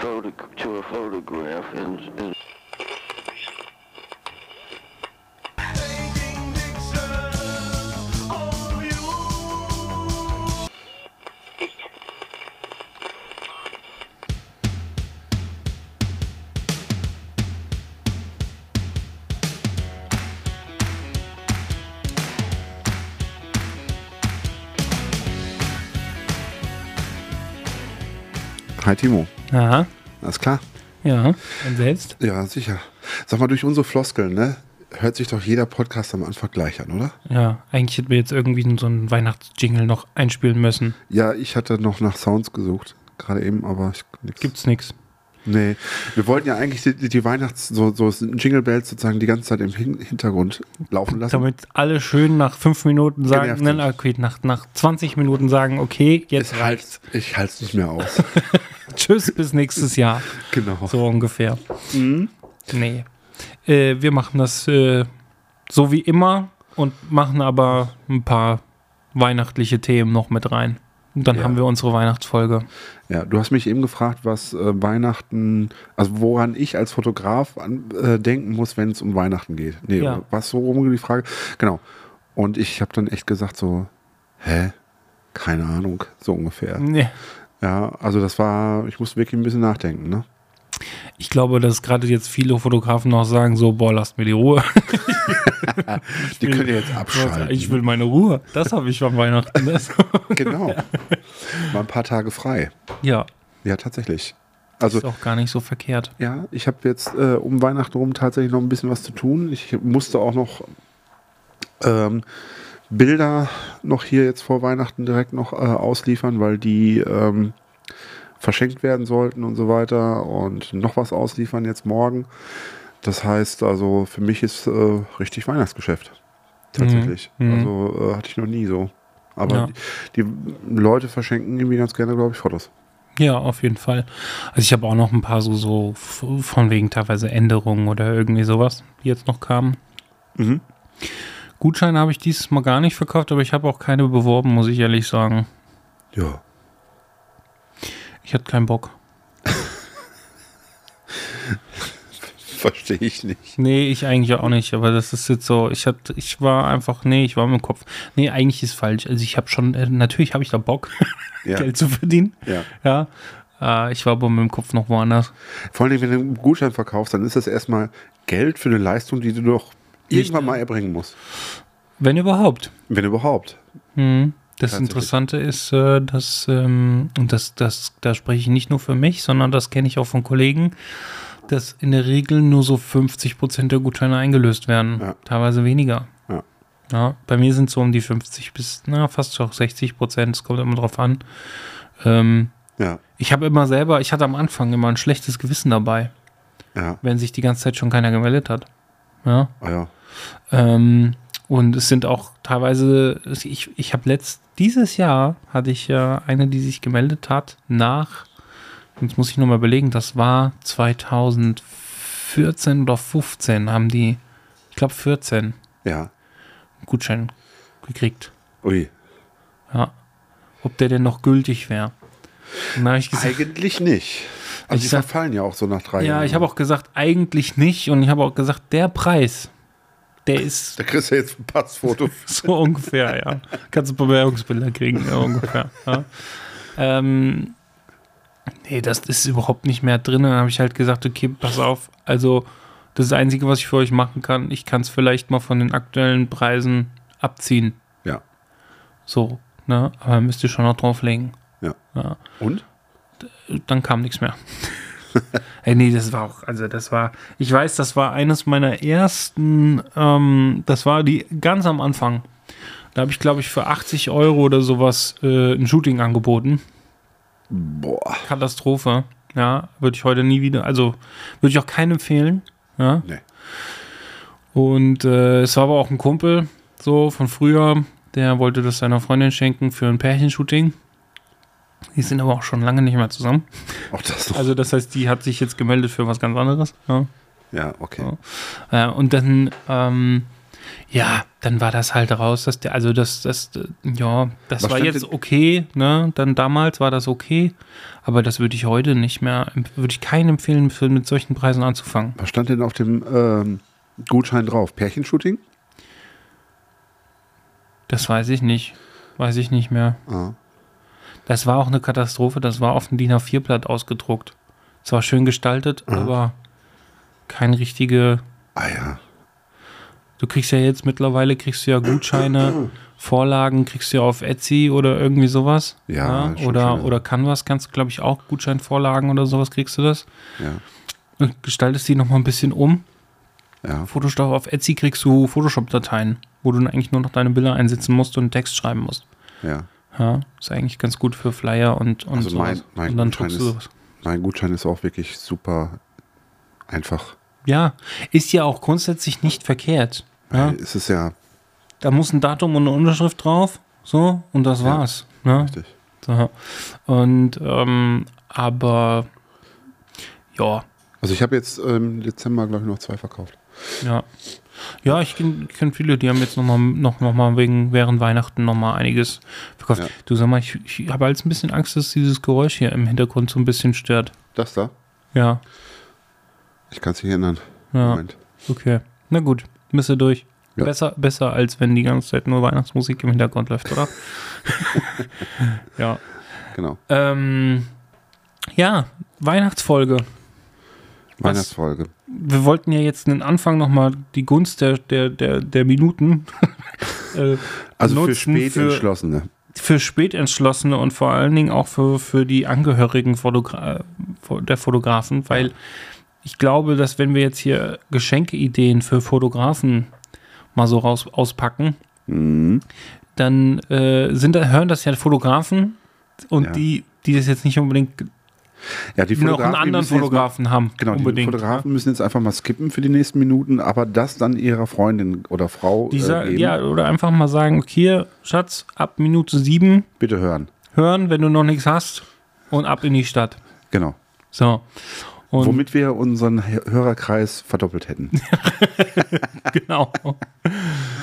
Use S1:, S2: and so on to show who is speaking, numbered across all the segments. S1: photo, to a photograph and, and
S2: Hi Timo,
S3: Aha,
S2: alles klar?
S3: ja. Und selbst?
S2: Ja, sicher. Sag mal, durch unsere Floskeln, ne, hört sich doch jeder Podcast am Anfang gleich an, oder?
S3: Ja, eigentlich hätten wir jetzt irgendwie so einen Weihnachtsjingle noch einspielen müssen.
S2: Ja, ich hatte noch nach Sounds gesucht, gerade eben, aber ich, nix.
S3: Gibt's nix.
S2: Nee, wir wollten ja eigentlich die, die Weihnachts-, so, so Jingle Bells sozusagen die ganze Zeit im Hin Hintergrund laufen lassen.
S3: Damit alle schön nach fünf Minuten sagen,
S2: Genervt
S3: nein, okay, nach, nach 20 Minuten sagen, okay, jetzt
S2: Es halt,
S3: reicht's.
S2: ich halte es nicht mehr aus.
S3: Tschüss, bis nächstes Jahr.
S2: genau.
S3: So ungefähr. Mhm. Nee. Äh, wir machen das äh, so wie immer und machen aber ein paar weihnachtliche Themen noch mit rein. Und dann
S2: Ja.
S3: haben wir unsere Weihnachtsfolge.
S2: Ja, du hast mich eben gefragt, was äh, Weihnachten, also woran ich als Fotograf an, äh, denken muss, wenn es um Weihnachten geht. Nee,
S3: Ja.
S2: was so rum die Frage. Genau. Und ich habe dann echt gesagt so, hä? Keine Ahnung, so ungefähr.
S3: Nee.
S2: Ja, also das war, ich musste wirklich ein bisschen nachdenken, ne?
S3: Ich glaube, dass gerade jetzt viele Fotografen noch sagen, so, boah, lasst mir die Ruhe.
S2: Die
S3: will-
S2: können ja jetzt abschalten.
S3: Ich will meine Ruhe. Das habe ich von Weihnachten. Das.
S2: genau. Mal ein paar Tage frei.
S3: ja,
S2: Ja, tatsächlich. Also
S3: ist auch gar nicht so verkehrt.
S2: Ja, ich habe jetzt äh, um Weihnachten rum tatsächlich noch ein bisschen was zu tun. Ich musste auch noch ähm, Bilder noch hier jetzt vor Weihnachten direkt noch äh, ausliefern, weil die ähm, verschenkt werden sollten und so weiter und noch was ausliefern jetzt morgen. Das heißt also, für mich ist äh, richtig Weihnachtsgeschäft. Tatsächlich.
S3: Mhm. Mhm.
S2: Also äh, hatte ich noch nie so. Aber
S3: Ja.
S2: die, die Leute verschenken irgendwie ganz gerne, glaube ich, Fotos.
S3: Ja, auf jeden Fall. Also ich habe auch noch ein paar so, so f- von wegen teilweise Änderungen oder irgendwie sowas, die jetzt noch kamen.
S2: Mhm.
S3: Gutscheine habe ich dieses Mal gar nicht verkauft, aber ich habe auch keine beworben, muss ich ehrlich sagen.
S2: Ja.
S3: Ich hatte keinen Bock.
S2: Verstehe ich nicht.
S3: Nee, ich eigentlich auch nicht, aber das ist jetzt so, ich hatte, ich war einfach, nee, ich war im Kopf. Nee, eigentlich ist falsch. Also ich habe schon, äh, natürlich habe ich da Bock,
S2: Ja.
S3: Geld zu verdienen.
S2: Ja.
S3: Ja. Äh, ich war aber mit dem Kopf noch woanders.
S2: Vor allem, wenn du einen Gutschein verkaufst, dann ist das erstmal Geld für eine Leistung, die du doch irgendwann mal erbringen musst.
S3: Wenn überhaupt.
S2: Wenn überhaupt.
S3: Mhm. Das
S2: Tatsächlich.
S3: Interessante ist, äh, dass, ähm, und das, das, da spreche ich nicht nur für mich, sondern das kenne ich auch von Kollegen, dass in der Regel nur so 50 Prozent der Gutscheine eingelöst werden,
S2: Ja.
S3: teilweise weniger.
S2: Ja.
S3: Ja, bei mir sind so um die 50 bis na, fast auch 60 Prozent, es kommt immer drauf an. Ähm,
S2: Ja,
S3: ich habe immer selber, ich hatte am Anfang immer ein schlechtes Gewissen dabei,
S2: ja,
S3: wenn sich die ganze Zeit schon keiner gemeldet hat. Ja.
S2: ah ja.
S3: Ähm, und es sind auch teilweise, ich, ich habe letzt, dieses Jahr hatte ich ja eine, die sich gemeldet hat, nach, jetzt muss ich nochmal überlegen, das war 2014 oder 15 haben die, ich glaube 14
S2: Ja.
S3: Gutschein gekriegt.
S2: Ui.
S3: Ja. Ob der denn noch gültig wäre. Und da habe ich gesagt,
S2: Eigentlich nicht. Also
S3: Ich
S2: die
S3: sag-
S2: verfallen ja auch so nach drei
S3: ja,
S2: Jahren.
S3: ich habe auch gesagt, eigentlich nicht. Und ich habe auch gesagt, der Preis, der ist
S2: Da kriegst du jetzt ein Passfoto.
S3: So ungefähr, ja. Kannst du Bewerbungsbilder kriegen, ja, ungefähr. Ja. Ähm, nee, das ist überhaupt nicht mehr drin. Dann habe ich halt gesagt, okay, pass auf, also das, ist das Einzige, was ich für euch machen kann, ich kann es vielleicht mal von den aktuellen Preisen abziehen.
S2: ja.
S3: So, ne? Aber müsst ihr schon noch drauflegen.
S2: Ja.
S3: Ja.
S2: Und?
S3: Dann kam nichts mehr. Ey, nee, das war auch, also das war, ich weiß, das war eines meiner ersten, ähm, das war die ganz am Anfang. Da habe ich, glaube ich, für 80 Euro oder sowas äh, ein Shooting angeboten.
S2: Boah.
S3: Katastrophe. Ja, würde ich heute nie wieder, also würde ich auch keinen empfehlen. Ja.
S2: Nee.
S3: Und äh, es war aber auch ein Kumpel, so von früher, der wollte das seiner Freundin schenken für ein Pärchenshooting. Die sind aber auch schon lange nicht mehr zusammen.
S2: Auch das noch.
S3: Also das heißt, die hat sich jetzt gemeldet für was ganz anderes. Ja.
S2: ja, okay.
S3: Ja. Äh, und dann ähm, Ja, dann war das halt raus, dass der, also das, das, äh, ja, das
S2: Was
S3: war
S2: stand
S3: jetzt
S2: denn-
S3: okay, ne? Dann damals war das okay, aber das würde ich heute nicht mehr, emp- würde ich keinen empfehlen, für, mit solchen Preisen anzufangen.
S2: Was stand denn auf dem ähm, Gutschein drauf? Pärchenshooting?
S3: Das weiß ich nicht. Weiß ich nicht mehr.
S2: Ah.
S3: Das war auch eine Katastrophe, das war auf dem DIN A4-Blatt ausgedruckt. Zwar schön gestaltet, aber kein richtige,
S2: Ah ja.
S3: Du kriegst ja jetzt mittlerweile, kriegst du ja Gutscheine, Vorlagen kriegst du ja auf Etsy oder irgendwie sowas. ne?
S2: Ja, schon
S3: oder,
S2: schön.
S3: oder Canvas kannst du, glaube ich, auch Gutscheinvorlagen oder sowas kriegst du das.
S2: Ja.
S3: Und gestaltest die nochmal ein bisschen um.
S2: Ja.
S3: Photoshop auf Etsy kriegst du Photoshop-Dateien, wo du dann eigentlich nur noch deine Bilder einsetzen musst und Text schreiben musst.
S2: Ja.
S3: Ja, ist eigentlich ganz gut für Flyer und, und
S2: Also mein-
S3: sowas.
S2: mein
S3: und dann
S2: Gutschein
S3: druckst du
S2: ist-
S3: sowas.
S2: Mein Gutschein ist auch wirklich super einfach.
S3: Ja, ist ja auch grundsätzlich nicht verkehrt. Ja,
S2: Weil Es ist ja
S3: da muss ein Datum und eine Unterschrift drauf, so, und das
S2: Ja.
S3: war's. Ne?
S2: richtig.
S3: So. Und ähm, aber ja,
S2: Also ich habe jetzt ähm, im Dezember, glaube ich, noch zwei verkauft.
S3: ja. Ja, ich kenne viele, die haben jetzt nochmal noch, noch mal wegen während Weihnachten nochmal einiges verkauft.
S2: Ja.
S3: Du sag mal, ich, ich habe jetzt ein bisschen Angst, dass dieses Geräusch hier im Hintergrund so ein bisschen stört.
S2: Das da?
S3: Ja,
S2: Ich kann es nicht ändern.
S3: Ja.
S2: Moment.
S3: okay. Na gut, bist du durch.
S2: Ja.
S3: Besser, besser, als wenn die ganze Zeit nur Weihnachtsmusik im Hintergrund läuft, oder? ja.
S2: Genau.
S3: Ähm, ja, Weihnachtsfolge.
S2: Weihnachtsfolge.
S3: wir wollten ja jetzt den Anfang nochmal die Gunst der, der, der, der Minuten äh,
S2: Also für
S3: nutzen
S2: spät
S3: für,
S2: entschlossene.
S3: für Spätentschlossene und vor allen Dingen auch für, für die Angehörigen Fotogra äh, der Fotografen, weil ich glaube, dass wenn wir jetzt hier Geschenkeideen für Fotografen mal so raus auspacken,
S2: Mhm.
S3: dann äh, sind, da- hören das ja Fotografen und
S2: Ja.
S3: die, die das jetzt nicht unbedingt
S2: Ja, die
S3: die noch
S2: Fotografen,
S3: einen
S2: die
S3: anderen
S2: müssen jetzt mal-
S3: Fotografen haben.
S2: Genau,
S3: unbedingt.
S2: die Fotografen müssen jetzt einfach mal skippen für die nächsten Minuten, aber das dann ihrer Freundin oder Frau
S3: Die sa-
S2: äh, geben.
S3: ja, oder einfach mal sagen, okay, Schatz, ab Minute sieben
S2: bitte hören.
S3: hören, wenn du noch nichts hast und ab in die Stadt.
S2: Genau.
S3: So. Und
S2: Womit wir unseren H- Hörerkreis verdoppelt hätten.
S3: genau.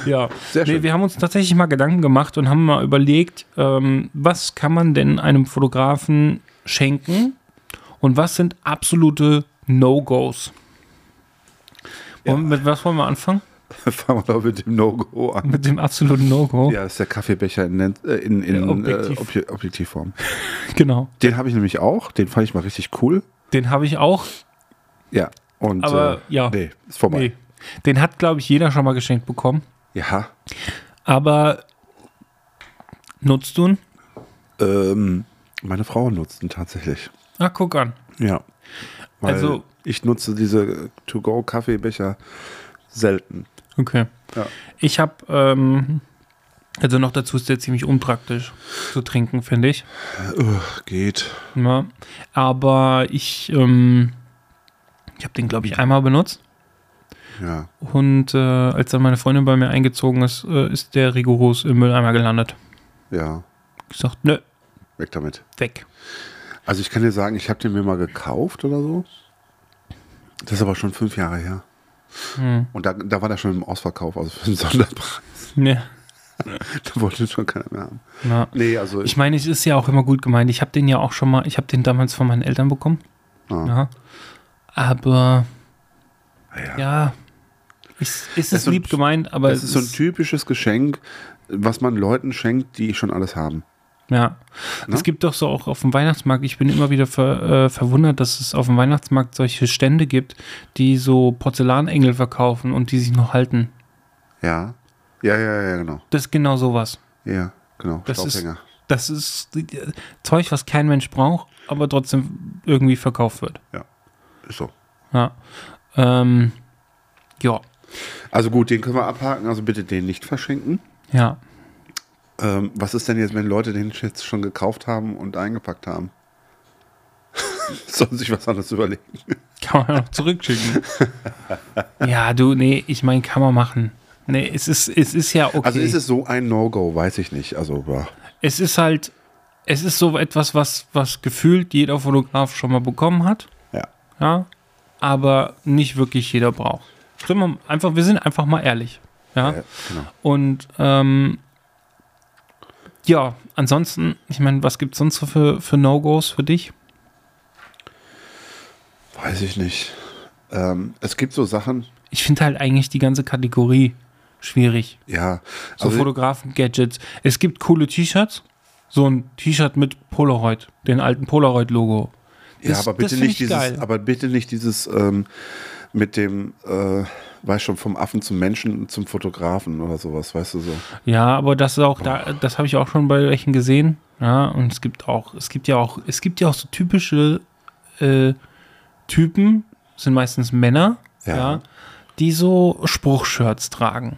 S3: ja.
S2: Sehr schön.
S3: Nee, wir haben uns tatsächlich mal Gedanken gemacht und haben mal überlegt, ähm, was kann man denn einem Fotografen schenken und was sind absolute No-Gos? Und mit was wollen wir anfangen?
S2: Fangen wir doch mit dem No-Go an.
S3: Mit dem absoluten No-Go?
S2: Ja, ist der Kaffeebecher in, Nen- äh, in, in
S3: Ja, Objektiv.
S2: Äh, Obje- Objektivform.
S3: Genau.
S2: Den habe ich nämlich auch. Den fand ich mal richtig cool.
S3: Den habe ich auch.
S2: Ja. Und
S3: Aber,
S2: äh,
S3: ja.
S2: nee, ist vorbei.
S3: Nee. Den hat, glaube ich, jeder schon mal geschenkt bekommen.
S2: Ja.
S3: Aber nutzt du ihn?
S2: Ähm, meine Frau nutzt ihn tatsächlich.
S3: Ah, guck an.
S2: Ja. Weil
S3: Also-
S2: also ich nutze diese To-Go-Kaffeebecher selten.
S3: Okay.
S2: Ja.
S3: Ich habe, ähm, also noch dazu ist der ziemlich unpraktisch zu trinken, finde ich.
S2: Ugh, Äh, geht.
S3: Ja. Aber ich, ähm, ich habe den, glaube ich, einmal benutzt.
S2: Ja.
S3: Und äh, als dann meine Freundin bei mir eingezogen ist, äh, ist der rigoros im Mülleimer gelandet.
S2: Ja.
S3: Ich gesagt, nö,
S2: Weg damit.
S3: weg.
S2: Also ich kann dir sagen, ich habe den mir mal gekauft oder so. Das ist aber schon fünf Jahre her.
S3: Hm.
S2: Und da, da war der schon im Ausverkauf, also für den Sonderpreis.
S3: Nee.
S2: Da wollte schon keiner mehr haben.
S3: Ja.
S2: Nee, also
S3: Ich meine, es ist ja auch immer gut gemeint. Ich habe den ja auch schon mal, ich habe den damals von meinen Eltern bekommen.
S2: Ah.
S3: Ja. Aber
S2: ja.
S3: ja, ist, ist es
S2: so ein
S3: lieb
S2: Ty-
S3: gemeint, aber
S2: das
S3: es
S2: ist so ein typisches Geschenk, was man Leuten schenkt, die schon alles haben.
S3: Ja.
S2: ne?
S3: Es gibt doch so auch auf dem Weihnachtsmarkt, ich bin immer wieder ver, äh, verwundert, dass es auf dem Weihnachtsmarkt solche Stände gibt, die so Porzellanengel verkaufen und die sich noch halten.
S2: Ja. Ja, ja, ja, genau.
S3: Das ist genau sowas.
S2: Ja, genau.
S3: Das ist,
S2: Staubhänger.
S3: das ist äh, Zeug, was kein Mensch braucht, aber trotzdem irgendwie verkauft wird.
S2: Ist so.
S3: Ja. Ähm, ja.
S2: Also gut, den können wir abhaken. Also bitte den nicht verschenken.
S3: Ja.
S2: Ähm, was ist denn jetzt, wenn Leute den jetzt schon gekauft haben und eingepackt haben? Sollen sich was anderes überlegen.
S3: Kann man auch zurückschicken. ja, du, nee, ich meine, kann man machen. Nee, es ist, es ist ja okay.
S2: Also ist es so ein No-Go? Weiß ich nicht. Also, ja.
S3: es ist halt, es ist so etwas, was, was gefühlt jeder Fotograf schon mal bekommen hat,
S2: ja.
S3: ja, aber nicht wirklich jeder braucht. Stimmt, einfach, wir sind einfach mal ehrlich. Ja.
S2: Ja, genau.
S3: Und ähm, ja, ansonsten, ich meine, was gibt es sonst so für, für No-Gos für dich?
S2: Weiß ich nicht. Ähm, es gibt so Sachen,
S3: Ich finde halt eigentlich die ganze Kategorie schwierig.
S2: ja. Also
S3: So Fotografen-Gadgets. Es gibt coole T-Shirts. So ein T-Shirt mit Polaroid, den alten Polaroid-Logo.
S2: Ja,
S3: Das-
S2: aber bitte
S3: das find
S2: nicht
S3: ich
S2: dieses,
S3: geil.
S2: aber bitte nicht dieses ähm, mit dem, äh, weiß schon, vom Affen zum Menschen zum Fotografen oder sowas, weißt du so.
S3: Ja, aber das ist auch da, das habe ich auch schon bei welchen gesehen. Ja, und es gibt auch, es gibt ja auch, es gibt ja auch so typische äh, Typen, sind meistens Männer, ja.
S2: Ja.
S3: die so Spruchshirts tragen.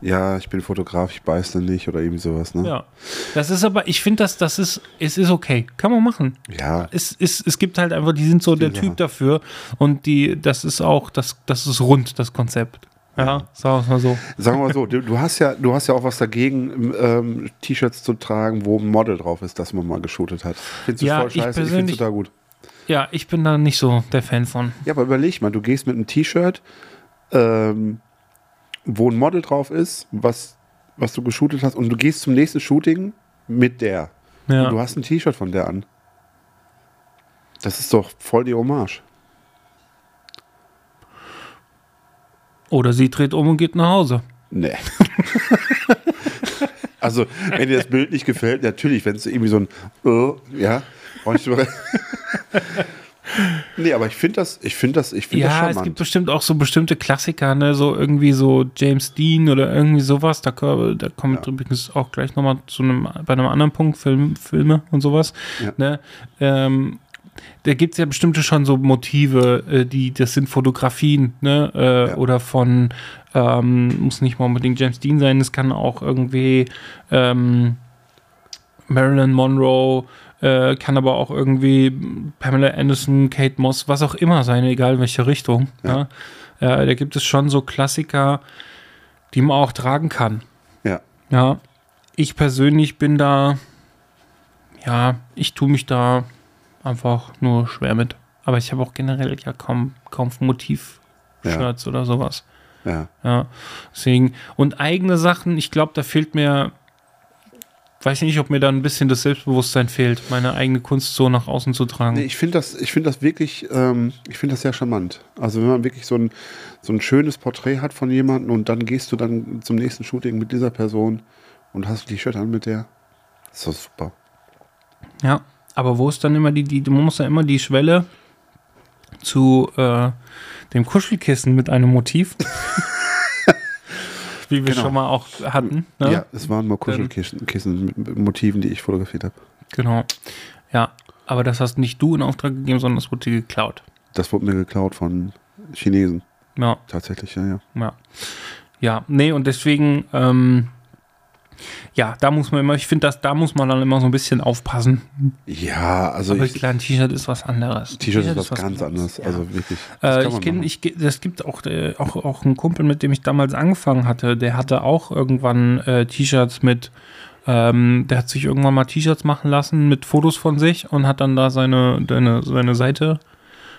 S2: Ja, ich bin Fotograf, ich beiße nicht oder eben sowas, ne?
S3: Ja. Das ist aber, ich finde, dass das ist, es ist okay. Kann man machen.
S2: Ja,
S3: Es, es, es gibt halt einfach, die sind so der
S2: Sache.
S3: Typ dafür. Und die, das ist auch, das, das ist rund, das Konzept. Ja, sagen wir es mal so.
S2: sagen wir mal so, du, du hast ja, du hast ja auch was dagegen, ähm, T-Shirts zu tragen, wo ein Model drauf ist, das man mal geshootet hat. Findest du
S3: Ja,
S2: voll
S3: ich
S2: scheiße, ich, finde
S3: persönlich-
S2: es total gut.
S3: Ja, ich bin da nicht so der Fan von.
S2: Ja, aber überleg mal, du gehst mit einem T-Shirt, ähm, wo ein Model drauf ist, was, was du geshootet hast, und du gehst zum nächsten Shooting mit der.
S3: Ja.
S2: Und du hast ein T-Shirt von der an. Das ist doch voll die Hommage.
S3: Oder sie dreht um und geht nach Hause.
S2: Nee. also, wenn dir das Bild nicht gefällt, natürlich, wenn es irgendwie so ein äh, ja, brauch ich drüber- Nee, aber ich finde das, ich finde das, ich finde das
S3: Ja, es gibt
S2: charmant.
S3: bestimmt auch so bestimmte Klassiker, ne? so irgendwie so James Dean oder irgendwie sowas. Da, ko- da kommt übrigens auch gleich nochmal zu einem, bei einem anderen Punkt, Film, Filme und sowas.
S2: Ja.
S3: Ne? Ähm, da gibt es ja bestimmte schon so Motive, äh, die, das sind Fotografien, ne? Äh,
S2: Ja.
S3: Oder von, ähm, muss nicht mal unbedingt James Dean sein, es kann auch irgendwie ähm, Marilyn Monroe, äh, kann aber auch irgendwie Pamela Anderson, Kate Moss, was auch immer sein, egal in welche Richtung. Ja. Äh, da gibt es schon so Klassiker, die man auch tragen kann.
S2: Ja,
S3: Ja. Ich persönlich bin da, ja, ich tue mich da einfach nur schwer mit. Aber ich habe auch generell ja kaum, kaum Motiv-Shirts oder sowas.
S2: ja.
S3: Ja, deswegen. Und eigene Sachen, ich glaube, da fehlt mir, weiß nicht, ob mir da ein bisschen das Selbstbewusstsein fehlt, meine eigene Kunst so nach außen zu tragen.
S2: Nee, ich finde das, ich finde das wirklich, ähm, ich finde das sehr charmant. Also wenn man wirklich so ein, so ein schönes Porträt hat von jemandem und dann gehst du dann zum nächsten Shooting mit dieser Person und hast ein T-Shirt an mit der. Das ist doch super.
S3: Ja, aber wo ist dann immer die, die man muss ja immer die Schwelle zu äh, dem Kuschelkissen mit einem Motiv. Wie wir
S2: Genau.
S3: schon mal auch hatten. Ne?
S2: Ja, es waren mal Kuschelkissen Kissen mit, mit Motiven, die ich fotografiert habe.
S3: Genau. Ja, aber das hast nicht du in Auftrag gegeben, sondern das wurde dir geklaut.
S2: Das wurde mir geklaut von Chinesen.
S3: Ja.
S2: Tatsächlich, ja, ja.
S3: Ja. Ja, nee, und deswegen, ähm, ja, da muss man immer, ich finde, das, da muss man dann immer so ein bisschen aufpassen.
S2: Ja, also
S3: Aber
S2: ich,
S3: klar, ein T-Shirt ist was anderes.
S2: T-Shirt ist was ganz anderes. Also wirklich. das
S3: Äh,
S2: kann
S3: ich
S2: man
S3: kenne,
S2: machen.
S3: ich, ge- das gibt auch, äh, auch, auch einen Kumpel, mit dem ich damals angefangen hatte, der hatte auch irgendwann äh, T-Shirts mit, ähm, der hat sich irgendwann mal T-Shirts machen lassen mit Fotos von sich und hat dann da seine, seine, seine Seite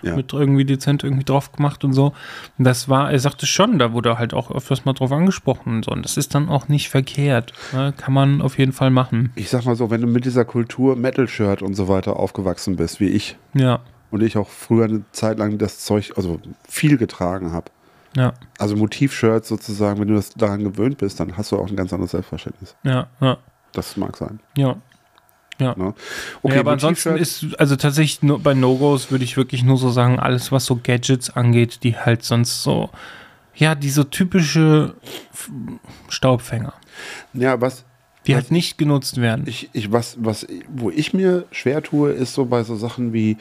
S2: Ja.
S3: mit irgendwie dezent irgendwie drauf gemacht und so. Und das war, er sagte schon, da wurde halt auch öfters mal drauf angesprochen und so. Und das ist dann auch nicht verkehrt. Ne? Kann man auf jeden Fall machen.
S2: ich sag mal so, wenn du mit dieser Kultur Metal-Shirt und so weiter aufgewachsen bist, wie ich,
S3: Ja,
S2: und ich auch früher eine Zeit lang das Zeug, also viel getragen habe.
S3: ja,
S2: Also Motiv-Shirts sozusagen, wenn du das daran gewöhnt bist, dann hast du auch ein ganz anderes Selbstverständnis.
S3: ja, ja,
S2: Das mag sein.
S3: ja.
S2: Ne?
S3: ja, aber ansonsten
S2: Motiv-Shirt-
S3: ist, also tatsächlich nur bei No-Gos würde ich wirklich nur so sagen, alles, was so Gadgets angeht, die halt sonst so, ja, diese typische F- Staubfänger,
S2: Ja, was,
S3: die halt nicht genutzt werden.
S2: Ich, ich, was, was, wo ich mir schwer tue, ist so bei so Sachen wie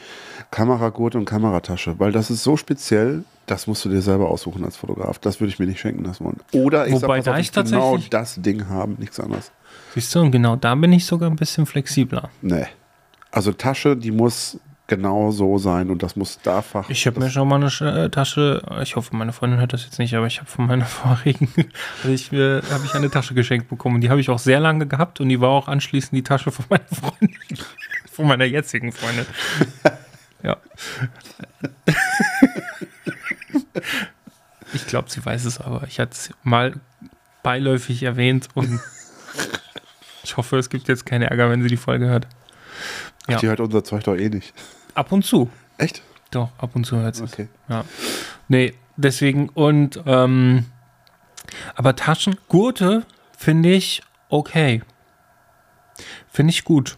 S2: Kameragurt und Kameratasche, weil das ist so speziell, das musst du dir selber aussuchen als Fotograf. Das würde ich mir nicht schenken, das One. Oder ich
S3: Wobei,
S2: pass
S3: da
S2: auf,
S3: ich
S2: genau
S3: tatsächlich-
S2: das Ding haben, nichts anderes.
S3: Siehst du, und genau da bin ich sogar ein bisschen flexibler.
S2: Nee. Also Tasche, die muss genau so sein und das muss da fach.
S3: Ich habe
S2: das-
S3: mir schon mal eine Sch- äh, Tasche, ich hoffe, meine Freundin hört das jetzt nicht, aber ich habe von meiner vorigen, also ich, äh, habe ich eine Tasche geschenkt bekommen. Die habe ich auch sehr lange gehabt und die war auch anschließend die Tasche von meiner Freundin, von meiner jetzigen Freundin. Ja. Ich glaube, sie weiß es, aber ich hatte es mal beiläufig erwähnt und ich hoffe, es gibt jetzt keinen Ärger, wenn sie die Folge hört. Ja.
S2: Die hört unser Zeug doch eh nicht.
S3: Ab und zu.
S2: Echt?
S3: Doch, ab und zu hört sie es.
S2: Okay.
S3: Nee, deswegen und ähm, aber Taschengurte finde ich okay. Finde ich gut.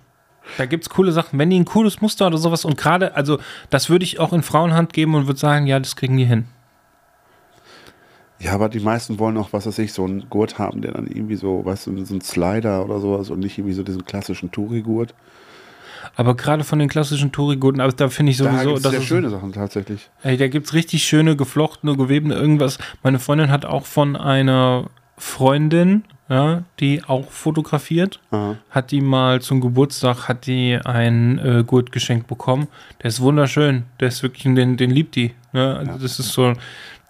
S3: Da gibt es coole Sachen. Wenn die ein cooles Muster oder sowas und gerade, also das würde ich auch in Frauenhand geben und würde sagen, ja, das kriegen die hin.
S2: Ja, aber die meisten wollen auch, was weiß ich, so einen Gurt haben, der dann irgendwie so, weißt du, so einen Slider oder sowas und nicht irgendwie so diesen klassischen Touri-Gurt.
S3: Aber gerade von den klassischen Tourigurten, aber da finde ich
S2: Da
S3: sowieso,
S2: gibt es
S3: das
S2: sehr
S3: ist
S2: schöne Sachen tatsächlich.
S3: Ey, da gibt's richtig schöne geflochtene, gewebene irgendwas. Meine Freundin hat auch von einer Freundin, ja, die auch fotografiert,
S2: Aha.
S3: hat die mal zum Geburtstag, hat die ein äh, Gurt geschenkt bekommen. Der ist wunderschön. Der ist wirklich, den, den liebt die. Ne? Also
S2: Ja.
S3: Das ist so,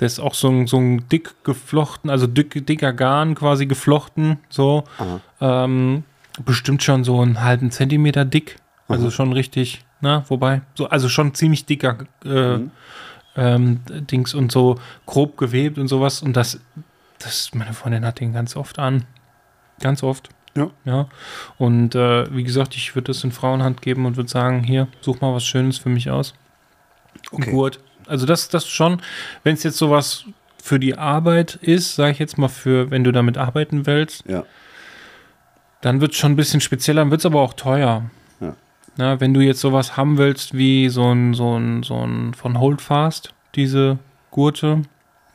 S3: der ist auch so ein, so ein dick geflochten, also dick, dicker Garn quasi geflochten, so.
S2: Aha.
S3: Ähm, bestimmt schon so einen halben Zentimeter dick. Also
S2: Mhm.
S3: schon richtig, na, wobei, so, also schon ziemlich dicker äh,
S2: Mhm.
S3: ähm, Dings und so grob gewebt und sowas. Und das, das, meine Freundin hat den ganz oft an. Ganz oft.
S2: Ja.
S3: Ja. Und äh, wie gesagt, ich würde das in Frauenhand geben und würde sagen, hier, such mal was Schönes für mich aus. Und
S2: Okay.
S3: Gurt. Also das, das schon, wenn es jetzt sowas für die Arbeit ist, sage ich jetzt mal für, wenn du damit arbeiten willst,
S2: Ja.
S3: dann wird es schon ein bisschen spezieller, dann wird es aber auch teuer.
S2: Ja.
S3: Na, wenn du jetzt sowas haben willst wie so ein, so ein, so ein von Holdfast, diese Gurte,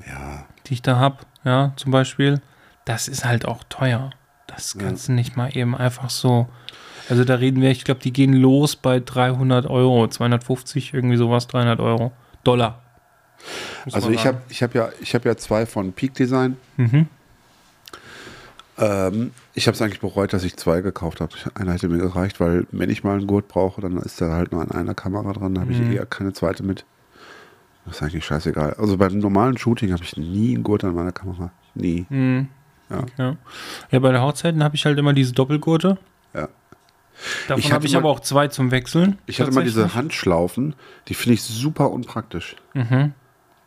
S2: Ja.
S3: die ich da habe, ja, zum Beispiel, das ist halt auch teuer. Das
S2: Ja.
S3: kannst du nicht mal eben einfach so. Also da reden wir, ich glaube, die gehen los bei 300 Euro, 250, irgendwie sowas, 300 Euro. Dollar. Muss
S2: Also
S3: man
S2: ich
S3: sagen.
S2: habe ich hab ja, ich hab ja zwei von Peak Design.
S3: Mhm.
S2: Ähm, ich habe es eigentlich bereut, dass ich zwei gekauft habe. Einer hätte mir gereicht, weil wenn ich mal einen Gurt brauche, dann ist da halt nur an einer Kamera dran. Da habe ich
S3: Mhm.
S2: eher keine zweite mit. Das ist eigentlich scheißegal. Also beim normalen Shooting habe ich nie einen Gurt an meiner Kamera. Nie.
S3: Mhm.
S2: Ja.
S3: Ja. ja, bei der Hochzeiten habe ich halt immer diese Doppelgurte.
S2: Ja. Ich
S3: Davon
S2: hatte
S3: habe ich
S2: mal-
S3: aber auch zwei zum Wechseln.
S2: Ich hatte mal diese
S3: tatsächlich.
S2: Handschlaufen, die finde ich super unpraktisch.
S3: Mhm.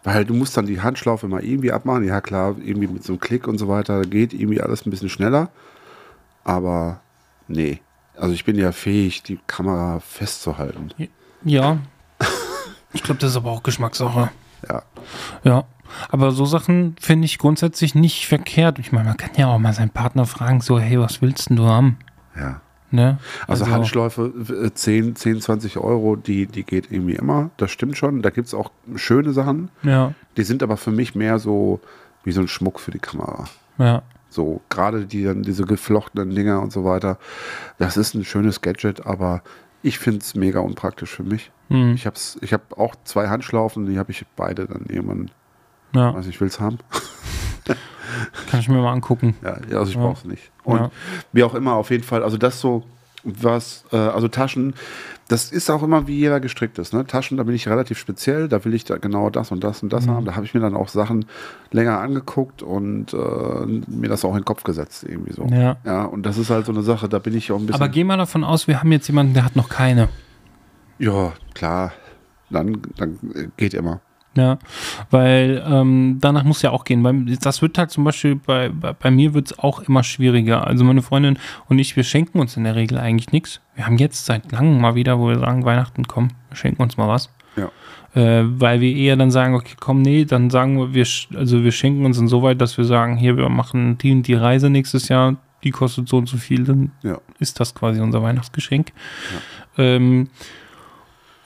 S2: Weil du musst dann die Handschlaufe mal irgendwie abmachen. Ja klar, irgendwie mit so einem Klick und so weiter geht irgendwie alles ein bisschen schneller. Aber nee. Also ich bin ja fähig, die Kamera festzuhalten.
S3: Ja. Ich glaube, das ist aber auch Geschmackssache.
S2: Ja.
S3: Ja. Aber so Sachen finde ich grundsätzlich nicht verkehrt. Ich meine, man kann ja auch mal seinen Partner fragen, so, hey, was willst denn du haben?
S2: Ja.
S3: Ne?
S2: Also, Handschläufe äh, 10, 10, 20 Euro, die, die geht irgendwie immer. Das stimmt schon. Da gibt es auch schöne Sachen.
S3: Ja,
S2: Die sind aber für mich mehr so wie so ein Schmuck für die Kamera.
S3: ja.
S2: So, gerade die dann diese geflochtenen Dinger und so weiter. Das ist ein schönes Gadget, aber ich finde es mega unpraktisch für mich.
S3: Hm,
S2: Ich habe ich hab auch zwei Handschlaufen, die habe ich beide dann irgendwann,
S3: ja,
S2: also ich will es haben.
S3: kann ich mir mal angucken.
S2: Ja, also ich
S3: Ja.
S2: brauche es nicht. Und
S3: Ja.
S2: wie auch immer, auf jeden Fall, also das so, was, äh, also Taschen, das ist auch immer, wie jeder gestrickt ist. Ne? Taschen, da bin ich relativ speziell, da will ich da genau das und das und
S3: Mhm.
S2: das haben. Da habe ich mir dann auch Sachen länger angeguckt und äh, mir das auch in den Kopf gesetzt, irgendwie so.
S3: Ja.
S2: ja. Und das ist halt so eine Sache, da bin ich auch ein bisschen.
S3: Aber geh mal davon aus, wir haben jetzt jemanden, der hat noch keine.
S2: ja, klar. Dann, dann äh, geht immer.
S3: Ja, weil ähm, danach muss ja auch gehen. Beim, das wird halt zum Beispiel bei, bei, bei mir wird es auch immer schwieriger. Also meine Freundin und ich, wir schenken uns in der Regel eigentlich nichts. Wir haben jetzt seit langem mal wieder, wo wir sagen, Weihnachten, komm, wir schenken uns mal was.
S2: Ja.
S3: Äh, weil wir eher dann sagen, okay, komm, nee, dann sagen wir, wir, sch- also wir schenken uns insoweit, dass wir sagen, hier, wir machen die und die Reise nächstes Jahr, die kostet so und so viel, dann
S2: Ja.
S3: ist das quasi unser Weihnachtsgeschenk. Ähm,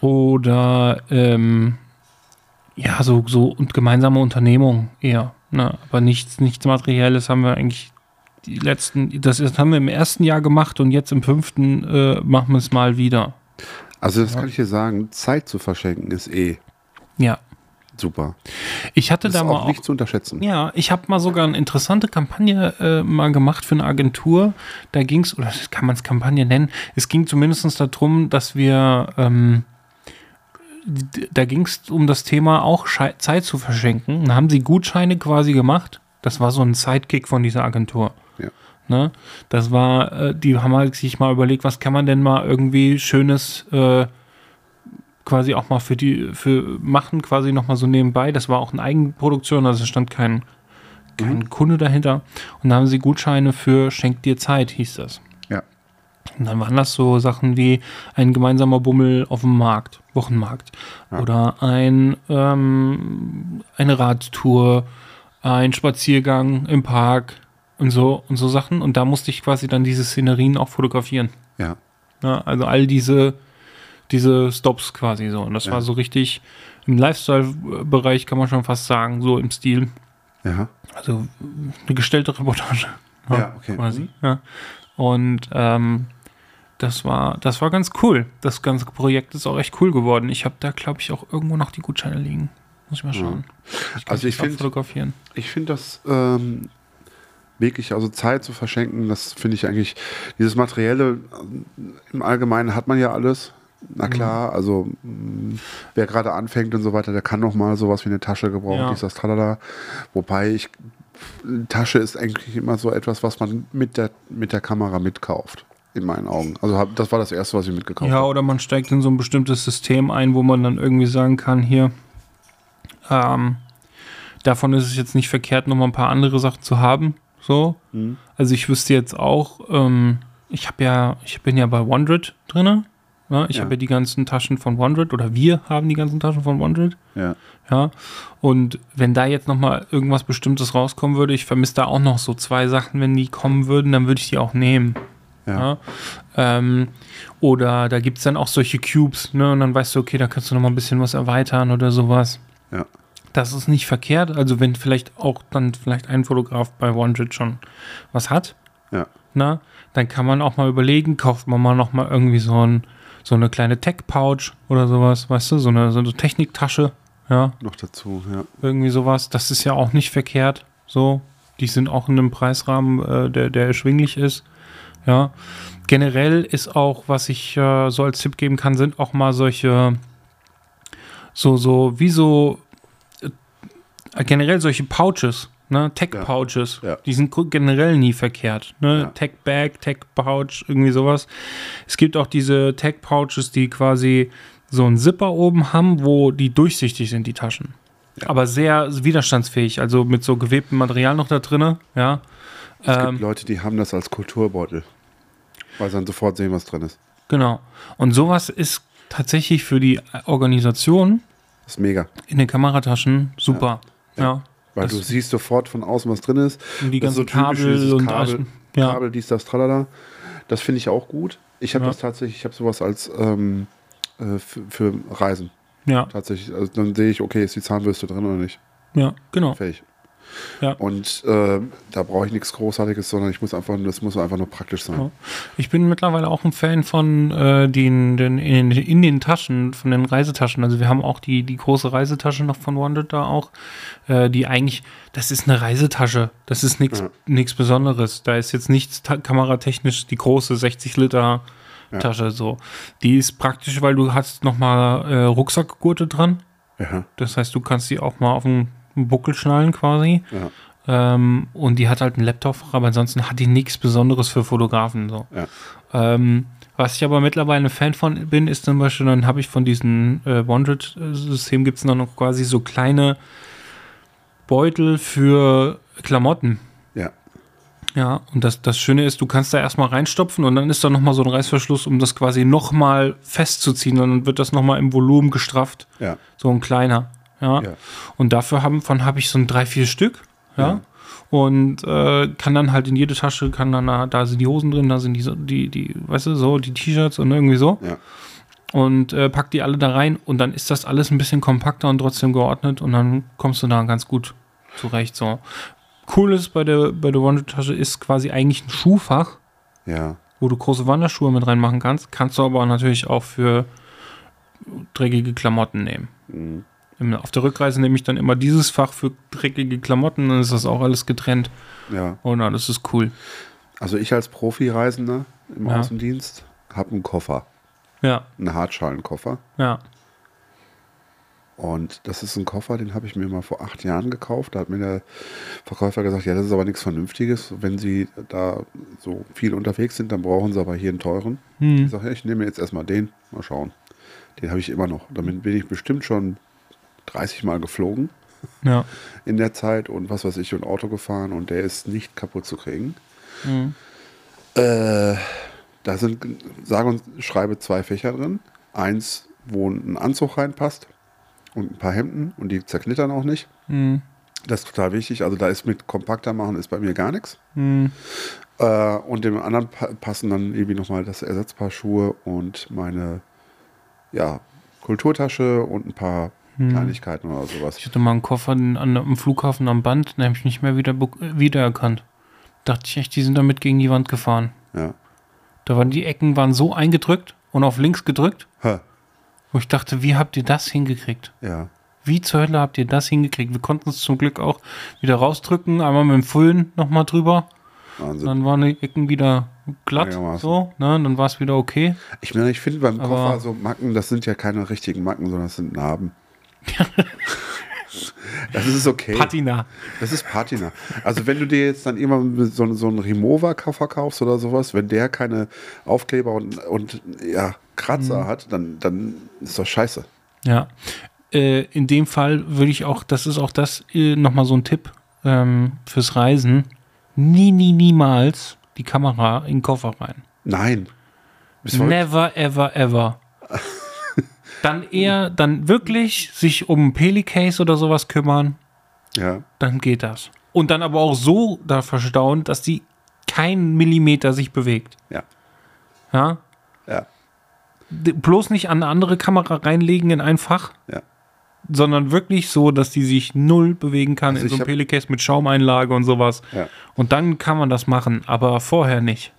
S3: oder ähm, ja, so, so und gemeinsame Unternehmung eher. Ne? Aber nichts, nichts Materielles haben wir eigentlich die letzten, das ist- haben wir im ersten Jahr gemacht und jetzt im fünften äh, machen wir es mal wieder.
S2: Also, das kann ich dir sagen, Zeit zu verschenken ist eh
S3: Ja.
S2: super.
S3: Ich hatte
S2: Das ist
S3: da mal
S2: auch
S3: auch
S2: nicht zu unterschätzen.
S3: Ja, ich habe mal sogar eine interessante Kampagne äh, mal gemacht für eine Agentur. Da ging's oder das kann man es Kampagne nennen, es ging zumindest darum, dass wir, ähm, d- da ging's um das Thema auch Schei- Zeit zu verschenken. Da haben sie Gutscheine quasi gemacht. Das war so ein Sidekick von dieser Agentur.
S2: Ja.
S3: Ne? Das war, äh, die haben halt sich mal überlegt, was kann man denn mal irgendwie schönes äh, quasi auch mal für die für machen quasi noch mal so nebenbei. Das war auch eine Eigenproduktion, also es stand kein kein Kunde dahinter. Und da haben sie Gutscheine für Schenk dir Zeit, hieß das.
S2: Ja.
S3: Und dann waren das so Sachen wie ein gemeinsamer Bummel auf dem Markt, Wochenmarkt. Oder ein, ähm, eine Radtour, ein Spaziergang im Park und so und so Sachen. Und da musste ich quasi dann diese Szenerien auch fotografieren.
S2: Ja.
S3: Ja, also all diese, diese Stops quasi so. Und das war so richtig im Lifestyle-Bereich, kann man schon fast sagen, so im Stil.
S2: Ja.
S3: Also eine gestellte Reportage.
S2: Ja, okay.
S3: Quasi, ja. Und ähm, das war, das war ganz cool. Das ganze Projekt ist auch echt cool geworden. Ich habe da, glaube ich, auch irgendwo noch die Gutscheine liegen. Muss ich mal schauen. Ich
S2: Also ich
S3: das
S2: find-
S3: fotografieren.
S2: Ich finde das ähm, wirklich, also Zeit zu verschenken, das finde ich eigentlich, dieses Materielle ähm, im Allgemeinen hat man ja alles.
S3: Mhm.
S2: Na klar, also mh, wer gerade anfängt und so weiter, der kann noch mal sowas wie eine Tasche gebrauchen,
S3: Ja.
S2: dies, das, tralala. Wobei ich, Tasche ist eigentlich immer so etwas, was man mit der, mit der Kamera mitkauft, in meinen Augen. Also hab, das war das Erste, was ich mitgekauft
S3: Ja,
S2: habe.
S3: oder man steigt in so ein bestimmtes System ein, wo man dann irgendwie sagen kann, hier, ähm, davon ist es jetzt nicht verkehrt, nochmal ein paar andere Sachen zu haben. So. Also ich wüsste jetzt auch, ähm, ich habe ja, ich bin ja bei OneDrid drin. Ja, ich
S2: Ja.
S3: habe ja die ganzen Taschen von OneDrid oder wir haben die ganzen Taschen von OneDrid.
S2: Ja.
S3: Ja. Und wenn da jetzt nochmal irgendwas Bestimmtes rauskommen würde, ich vermisse da auch noch so zwei Sachen, wenn die kommen würden, dann würde ich die auch nehmen.
S2: Ja.
S3: Ja. Ähm, oder da gibt es dann auch solche Cubes, ne? Und dann weißt du, okay, da kannst du nochmal ein bisschen was erweitern oder sowas.
S2: Ja.
S3: Das ist nicht verkehrt. Also wenn vielleicht auch dann vielleicht ein Fotograf bei OneJet schon was hat,
S2: Ja.
S3: na, dann kann man auch mal überlegen, kauft man mal nochmal irgendwie so, ein, so eine kleine Tech-Pouch oder sowas, weißt du, so eine, so eine Techniktasche, ja,
S2: Noch dazu, ja.
S3: irgendwie sowas. Das ist ja auch nicht verkehrt. So, die sind auch in einem Preisrahmen, äh, der, der erschwinglich ist. Ja, generell ist auch, was ich äh, so als Tipp geben kann, sind auch mal solche, so, so, wie so, äh, generell solche Pouches, ne, Tech-Pouches,
S2: Ja, ja.
S3: die sind gru- generell nie verkehrt, ne,
S2: Ja.
S3: Tech-Bag, Tech-Pouch, irgendwie sowas. Es gibt auch diese Tech-Pouches, die quasi so einen Zipper oben haben, wo die durchsichtig sind, die Taschen. Aber sehr widerstandsfähig, also mit so gewebtem Material noch da drinne, ja.
S2: Es
S3: Ähm.
S2: gibt Leute, die haben das als Kulturbeutel, weil sie dann sofort sehen, was drin ist.
S3: Genau. Und sowas ist tatsächlich für die Organisation
S2: Das ist mega.
S3: in den Kamerataschen super. Ja.
S2: Weil
S3: Das-
S2: du siehst sofort von außen, was drin ist.
S3: Und die
S2: Das ist
S3: ganzen
S2: typisch, dieses
S3: Kabel und
S2: Kabel,
S3: Aschen. Ja.
S2: Kabel, dies, das, tralala. Das finde ich auch gut. Ich habe
S3: Ja.
S2: das tatsächlich, ich habe sowas als ähm, äh, für, für Reisen
S3: Ja,
S2: tatsächlich. Also dann sehe ich, okay, ist die Zahnbürste drin oder nicht?
S3: ja, genau.
S2: Fertig.
S3: Ja.
S2: Und ähm, da brauche ich nichts Großartiges, sondern ich muss einfach, das muss einfach nur praktisch sein.
S3: Ja. Ich bin mittlerweile auch ein Fan von äh, den, den in, in den Taschen, von den Reisetaschen. Also wir haben auch die, die große Reisetasche noch von Wanted da auch, äh, die eigentlich, das ist eine Reisetasche. Das ist nichts
S2: Ja.
S3: nichts Besonderes. Da ist jetzt nichts ta- kameratechnisch die große 60 Liter Tasche so. Die ist praktisch, weil du hast nochmal äh, Rucksackgurte dran.
S2: Ja.
S3: Das heißt, du kannst die auch mal auf den Buckel schnallen quasi.
S2: Ja.
S3: Ähm, und die hat halt einen Laptop, aber ansonsten hat die nichts Besonderes für Fotografen. So.
S2: Ja.
S3: Ähm, was ich aber mittlerweile ein Fan von bin, ist zum Beispiel, dann habe ich von diesem äh, Bonded-System gibt es dann noch quasi so kleine Beutel für Klamotten.
S2: Ja.
S3: Ja, und das, das Schöne ist, du kannst da erstmal reinstopfen und dann ist da nochmal so ein Reißverschluss, um das quasi nochmal festzuziehen. Und dann wird das nochmal im Volumen gestrafft.
S2: Ja.
S3: So ein kleiner. Ja.
S2: Ja.
S3: Und dafür haben, von habe ich so ein drei, vier Stück. Ja. Und äh, kann dann halt in jede Tasche, kann dann, da- da sind die Hosen drin, da sind die, so- die, die weißt du, so, die T-Shirts und irgendwie so.
S2: Ja.
S3: Und äh, pack die alle da rein und dann ist das alles ein bisschen kompakter und trotzdem geordnet und dann kommst du da ganz gut zurecht. So. Cool ist bei der, bei der Wandertasche ist quasi eigentlich ein Schuhfach,
S2: Ja.
S3: wo du große Wanderschuhe mit reinmachen kannst. Kannst du aber natürlich auch für dreckige Klamotten nehmen. Im- Auf der Rückreise nehme ich dann immer dieses Fach für dreckige Klamotten, dann ist das auch alles getrennt.
S2: ja.
S3: Oh na, das ist cool.
S2: Also ich als Profi-Reisender im
S3: Ja.
S2: Außendienst habe einen Koffer,
S3: Ja,
S2: einen Hartschalenkoffer.
S3: ja,
S2: Und das ist ein Koffer, den habe ich mir mal vor acht Jahren gekauft. Da hat mir der Verkäufer gesagt, ja, das ist aber nichts Vernünftiges. Wenn Sie da so viel unterwegs sind, dann brauchen Sie aber hier einen teuren. Ich sage, ja, ich nehme jetzt erstmal den. Mal schauen. Den habe ich immer noch. Damit bin ich bestimmt schon 30 Mal geflogen.
S3: Ja.
S2: in der Zeit und was weiß ich und Auto gefahren und der ist nicht kaputt zu kriegen.
S3: Mhm.
S2: Äh, da sind, sage und schreibe, zwei Fächer drin. Eins, wo ein Anzug reinpasst und ein paar Hemden und die zerknittern auch nicht.
S3: Mhm.
S2: Das ist total wichtig. Also da ist mit kompakter machen ist bei mir gar nichts.
S3: Mhm.
S2: Äh, und dem anderen pa passen dann irgendwie nochmal das Ersatzpaar Schuhe und meine ja, Kulturtasche und ein paar Kleinigkeiten oder sowas.
S3: Mhm. Ich hatte mal einen Koffer an, an, am Flughafen am Band, den habe ich nicht mehr wieder, bek- äh, wiedererkannt. Dachte ich echt, die sind damit gegen die Wand gefahren.
S2: Ja.
S3: Da waren die Ecken waren so eingedrückt und auf links gedrückt,
S2: Ha,
S3: wo ich dachte, wie habt ihr das hingekriegt?
S2: ja.
S3: Wie zur Hölle habt ihr das hingekriegt? Wir konnten es zum Glück auch wieder rausdrücken, einmal mit dem Füllen nochmal drüber.
S2: Wahnsinn.
S3: Dann waren die Ecken wieder glatt,
S2: Einigermaßen.
S3: so, ne? Dann war es wieder okay.
S2: Ich meine, ich finde beim
S3: Aber-
S2: Koffer so Macken, das sind ja keine richtigen Macken, sondern das sind Narben. das ist okay.
S3: Patina.
S2: Das ist Patina. Also wenn du dir jetzt dann immer so, so einen Remover-Koffer kaufst oder sowas, wenn der keine Aufkleber und, und ja, Kratzer
S3: Mhm.
S2: hat, dann, dann ist das scheiße.
S3: Ja. Äh, in dem Fall würde ich auch, das ist auch das äh, nochmal so ein Tipp ähm, fürs Reisen. Nie, nie, niemals die Kamera in den Koffer rein.
S2: Nein. Bis heute-
S3: Never, ever, ever. dann eher, dann wirklich sich um ein Pelicase oder sowas kümmern,
S2: Ja.
S3: dann geht das. Und dann aber auch so da verstauen, dass die keinen Millimeter sich bewegt.
S2: Ja.
S3: Ja?
S2: Ja.
S3: D- Bloß nicht an eine andere Kamera reinlegen in ein Fach.
S2: Ja.
S3: sondern wirklich so, dass die sich null bewegen kann
S2: Also
S3: in so
S2: ich
S3: einem
S2: hab-
S3: Pelecase mit Schaumeinlage und sowas.
S2: Ja.
S3: Und dann kann man das machen, aber vorher nicht.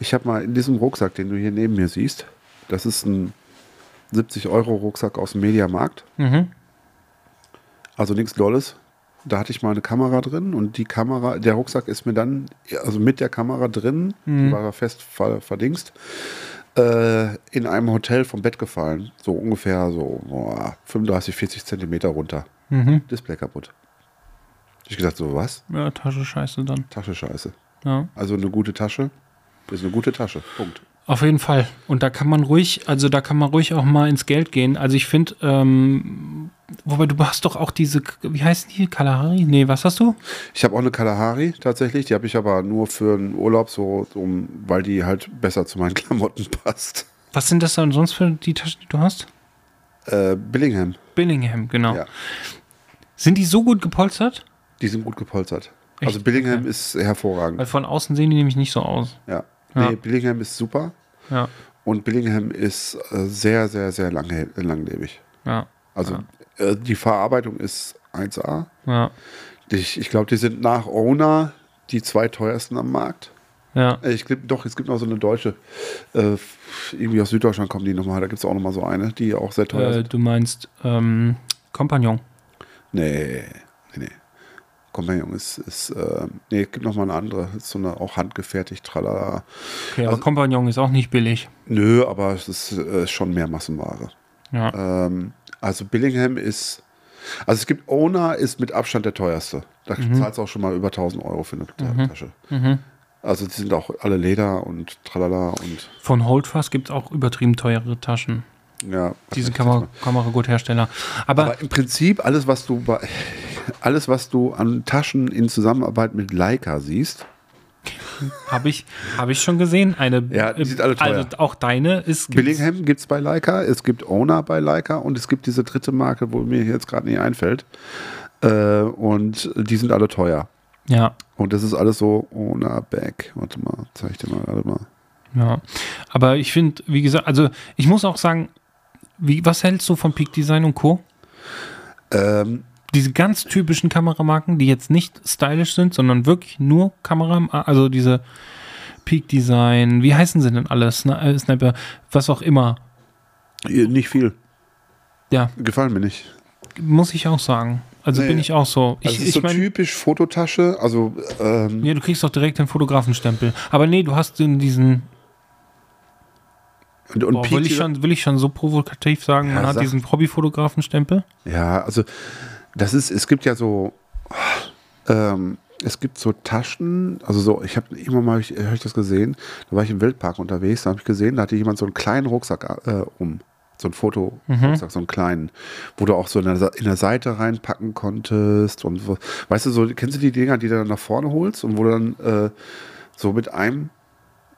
S2: Ich habe mal in diesem Rucksack, den du hier neben mir siehst, das ist ein 70-Euro-Rucksack aus dem Mediamarkt.
S3: Mhm.
S2: Also nichts Dolles. Da hatte ich mal eine Kamera drin und die Kamera, der Rucksack ist mir dann, also mit der Kamera drin, die war fest ver- verdingst, äh, in einem Hotel vom Bett gefallen. So ungefähr so boah, 35, 40 Zentimeter runter. Display kaputt. Ich gedacht, so was?
S3: Ja, Tasche scheiße dann.
S2: Tasche scheiße.
S3: Ja.
S2: Also eine gute Tasche ist eine gute Tasche. Punkt.
S3: Auf jeden Fall. Und da kann man ruhig, also da kann man ruhig auch mal ins Geld gehen. Also ich finde, ähm, wobei du hast doch auch diese, K- wie heißen die? Kalahari? Nee, was hast du?
S2: Ich habe auch eine Kalahari tatsächlich, die habe ich aber nur für einen Urlaub, so um, weil die halt besser zu meinen Klamotten passt.
S3: Was sind das dann sonst für die Taschen, die du hast?
S2: Äh, Billingham,
S3: Billingham, genau.
S2: ja.
S3: Sind die so gut gepolstert?
S2: Die sind gut gepolstert.
S3: Echt?
S2: Also Billingham
S3: Okay.
S2: ist hervorragend.
S3: Weil von außen sehen die nämlich nicht so aus.
S2: ja.
S3: Ja.
S2: Nee, Billingham ist super
S3: Ja,
S2: und Billingham ist äh, sehr, sehr, sehr lange, langlebig.
S3: ja,
S2: Also äh, die Verarbeitung ist 1A.
S3: ja,
S2: Ich, ich glaube, die sind nach Owner die zwei teuersten am Markt.
S3: ja.
S2: Äh, Ich glaub, doch, es gibt noch so eine deutsche. Äh, irgendwie aus Süddeutschland kommen die nochmal. Da gibt es auch nochmal so eine, die auch sehr teuer
S3: Äh,
S2: sind.
S3: du meinst ähm, Kompagnon.
S2: Nee, nee, nee. Companion ist, ist äh, nee, es gibt nochmal eine andere. Ist so eine auch handgefertigt, tralala.
S3: Okay,
S2: Also-
S3: aber Kompagnon ist auch nicht billig.
S2: Nö, aber es ist äh, schon mehr Massenware.
S3: Ja.
S2: Ähm, also Billingham ist, also es gibt Owner ist mit Abstand der teuerste. Da zahlst du auch schon mal über 1000 Euro für eine Ta- Tasche. Also die sind auch alle Leder und tralala und
S3: Von Holdfast gibt es auch übertrieben teure Taschen.
S2: ja.
S3: Diesen
S2: kann man.
S3: Kamera, Kameraguthersteller. Aber,
S2: Aber im Prinzip alles, was du bei, alles, was du an Taschen in Zusammenarbeit mit Leica siehst,
S3: habe ich, hab ich schon gesehen. Eine,
S2: Ja, die sind alle teuer.
S3: Also auch deine ist.
S2: Billingham gibt es bei Leica, es gibt Owner bei Leica und es gibt diese dritte Marke, wo mir jetzt gerade nicht einfällt. Äh, und die sind alle teuer.
S3: Ja,
S2: Und das ist alles so ohne Back. Warte mal, zeig ich dir mal gerade mal.
S3: ja. Aber ich finde, wie gesagt, also ich muss auch sagen, wie, was hältst du von Peak Design und Co.?
S2: Ähm,
S3: Diese ganz typischen Kameramarken, die jetzt nicht stylisch sind, sondern wirklich nur Kamera, also diese Peak Design, wie heißen sie denn alle? Sna äh, Sniper, was auch immer.
S2: nicht viel.
S3: Ja,
S2: Gefallen mir nicht.
S3: muss ich auch sagen. Also
S2: Nee.
S3: bin ich auch so. Ich,
S2: Also es ist
S3: ich
S2: so
S3: meine,
S2: typisch Fototasche. Also, ähm,
S3: ja, du kriegst doch direkt den Fotografenstempel. Aber nee, du hast in diesen,
S2: und, und
S3: boah,
S2: Peak
S3: will, ich
S2: Design-
S3: schon, will ich schon so provokativ sagen,
S2: Ja,
S3: man hat
S2: sag.
S3: diesen Hobbyfotografenstempel.
S2: Ja, also das ist, es gibt ja so, ähm, es gibt so Taschen, also so, ich habe immer mal, ich, hab ich das gesehen, da war ich im Wildpark unterwegs, da habe ich gesehen, da hatte jemand so einen kleinen Rucksack äh, um. so ein Foto, Rucksack, so einen kleinen, wo du auch so in der, Sa- in der Seite reinpacken konntest und so. Weißt du, so, kennst du die Dinger, die du dann nach vorne holst und wo du dann äh, so mit einem,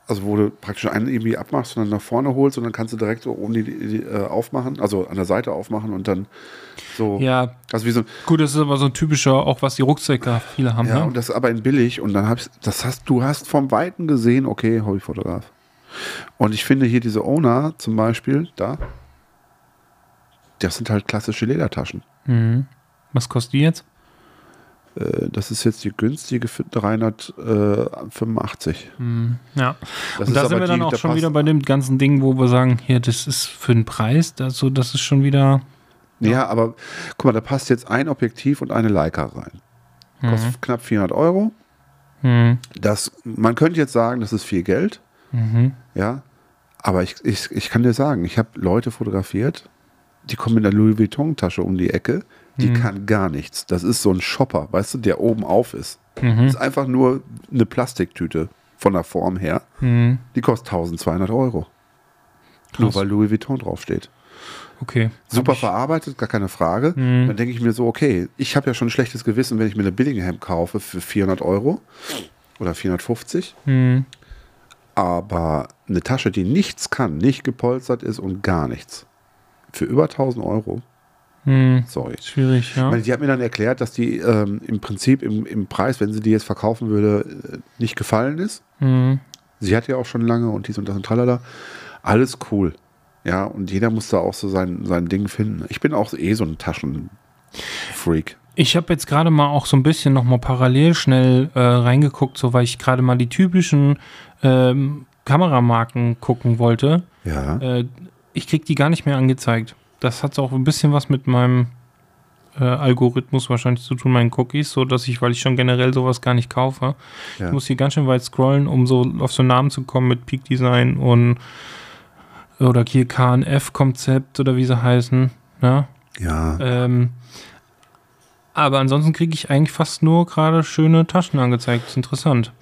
S2: also wo du praktisch einen irgendwie abmachst und dann nach vorne holst und dann kannst du direkt so oben die, die äh, aufmachen, also an der Seite aufmachen und dann so.
S3: Ja,
S2: Also wie so ein,
S3: gut, das ist aber so ein typischer, auch was die Rucksäcker viele haben.
S2: ja,
S3: ne?
S2: und das ist aber in billig und dann hab's, das hast du hast vom Weiten gesehen, okay, Hobbyfotograf. Und ich finde hier diese Owner zum Beispiel, da, das sind halt klassische Ledertaschen.
S3: Mhm. Was kostet die jetzt?
S2: Äh, Das ist jetzt die günstige für 385.
S3: Mhm. Ja.
S2: Das
S3: und
S2: ist
S3: da sind
S2: aber
S3: wir dann
S2: die,
S3: auch
S2: da
S3: schon
S2: passt-
S3: wieder bei dem ganzen Ding, wo wir sagen, hier, das ist für den Preis, das, so, das ist schon wieder.
S2: Ja, aber guck mal, da passt jetzt ein Objektiv und eine Leica rein. Kostet knapp 400 Euro.
S3: Mhm.
S2: Das, man könnte jetzt sagen, das ist viel Geld.
S3: Mhm.
S2: Ja, aber ich, ich, ich kann dir sagen, ich habe Leute fotografiert, die kommen mit einer Louis Vuitton-Tasche um die Ecke, die kann gar nichts. Das ist so ein Shopper, weißt du, der oben auf ist. Das ist einfach nur eine Plastiktüte von der Form her.
S3: Mhm.
S2: Die kostet 1200 Euro. Nur
S3: Krass.
S2: weil Louis Vuitton draufsteht.
S3: Okay.
S2: Super verarbeitet, gar keine Frage. Dann denke ich mir so, okay, ich habe ja schon ein schlechtes Gewissen, wenn ich mir eine Billingham kaufe für 400 Euro oder 450.
S3: Mhm.
S2: Aber eine Tasche, die nichts kann, nicht gepolstert ist und gar nichts. Für über 1000 Euro.
S3: Mhm.
S2: Sorry.
S3: Schwierig,
S2: Ich
S3: ja.
S2: meine, die hat mir dann erklärt, dass die ähm, im Prinzip im, im Preis, wenn sie die jetzt verkaufen würde, äh, nicht gefallen ist.
S3: Mhm.
S2: Sie hat ja auch schon lange und dies und das und tralala. Alles cool. Ja, und jeder muss da auch so sein, sein Ding finden. Ich bin auch eh so ein Taschenfreak.
S3: Ich habe jetzt gerade mal auch so ein bisschen nochmal parallel schnell äh, reingeguckt, so weil ich gerade mal die typischen ähm, Kameramarken gucken wollte.
S2: Ja.
S3: Äh, ich krieg die gar nicht mehr angezeigt. Das hat auch ein bisschen was mit meinem äh, Algorithmus wahrscheinlich zu tun, meinen Cookies, so dass ich, weil ich schon generell sowas gar nicht kaufe,
S2: Ja.
S3: ich muss hier ganz schön weit scrollen, um so auf so Namen zu kommen mit Peak Design und oder hier KNF-Konzept oder wie sie heißen. Ne?
S2: ja.
S3: Ähm, aber ansonsten kriege ich eigentlich fast nur gerade schöne Taschen angezeigt. ist interessant.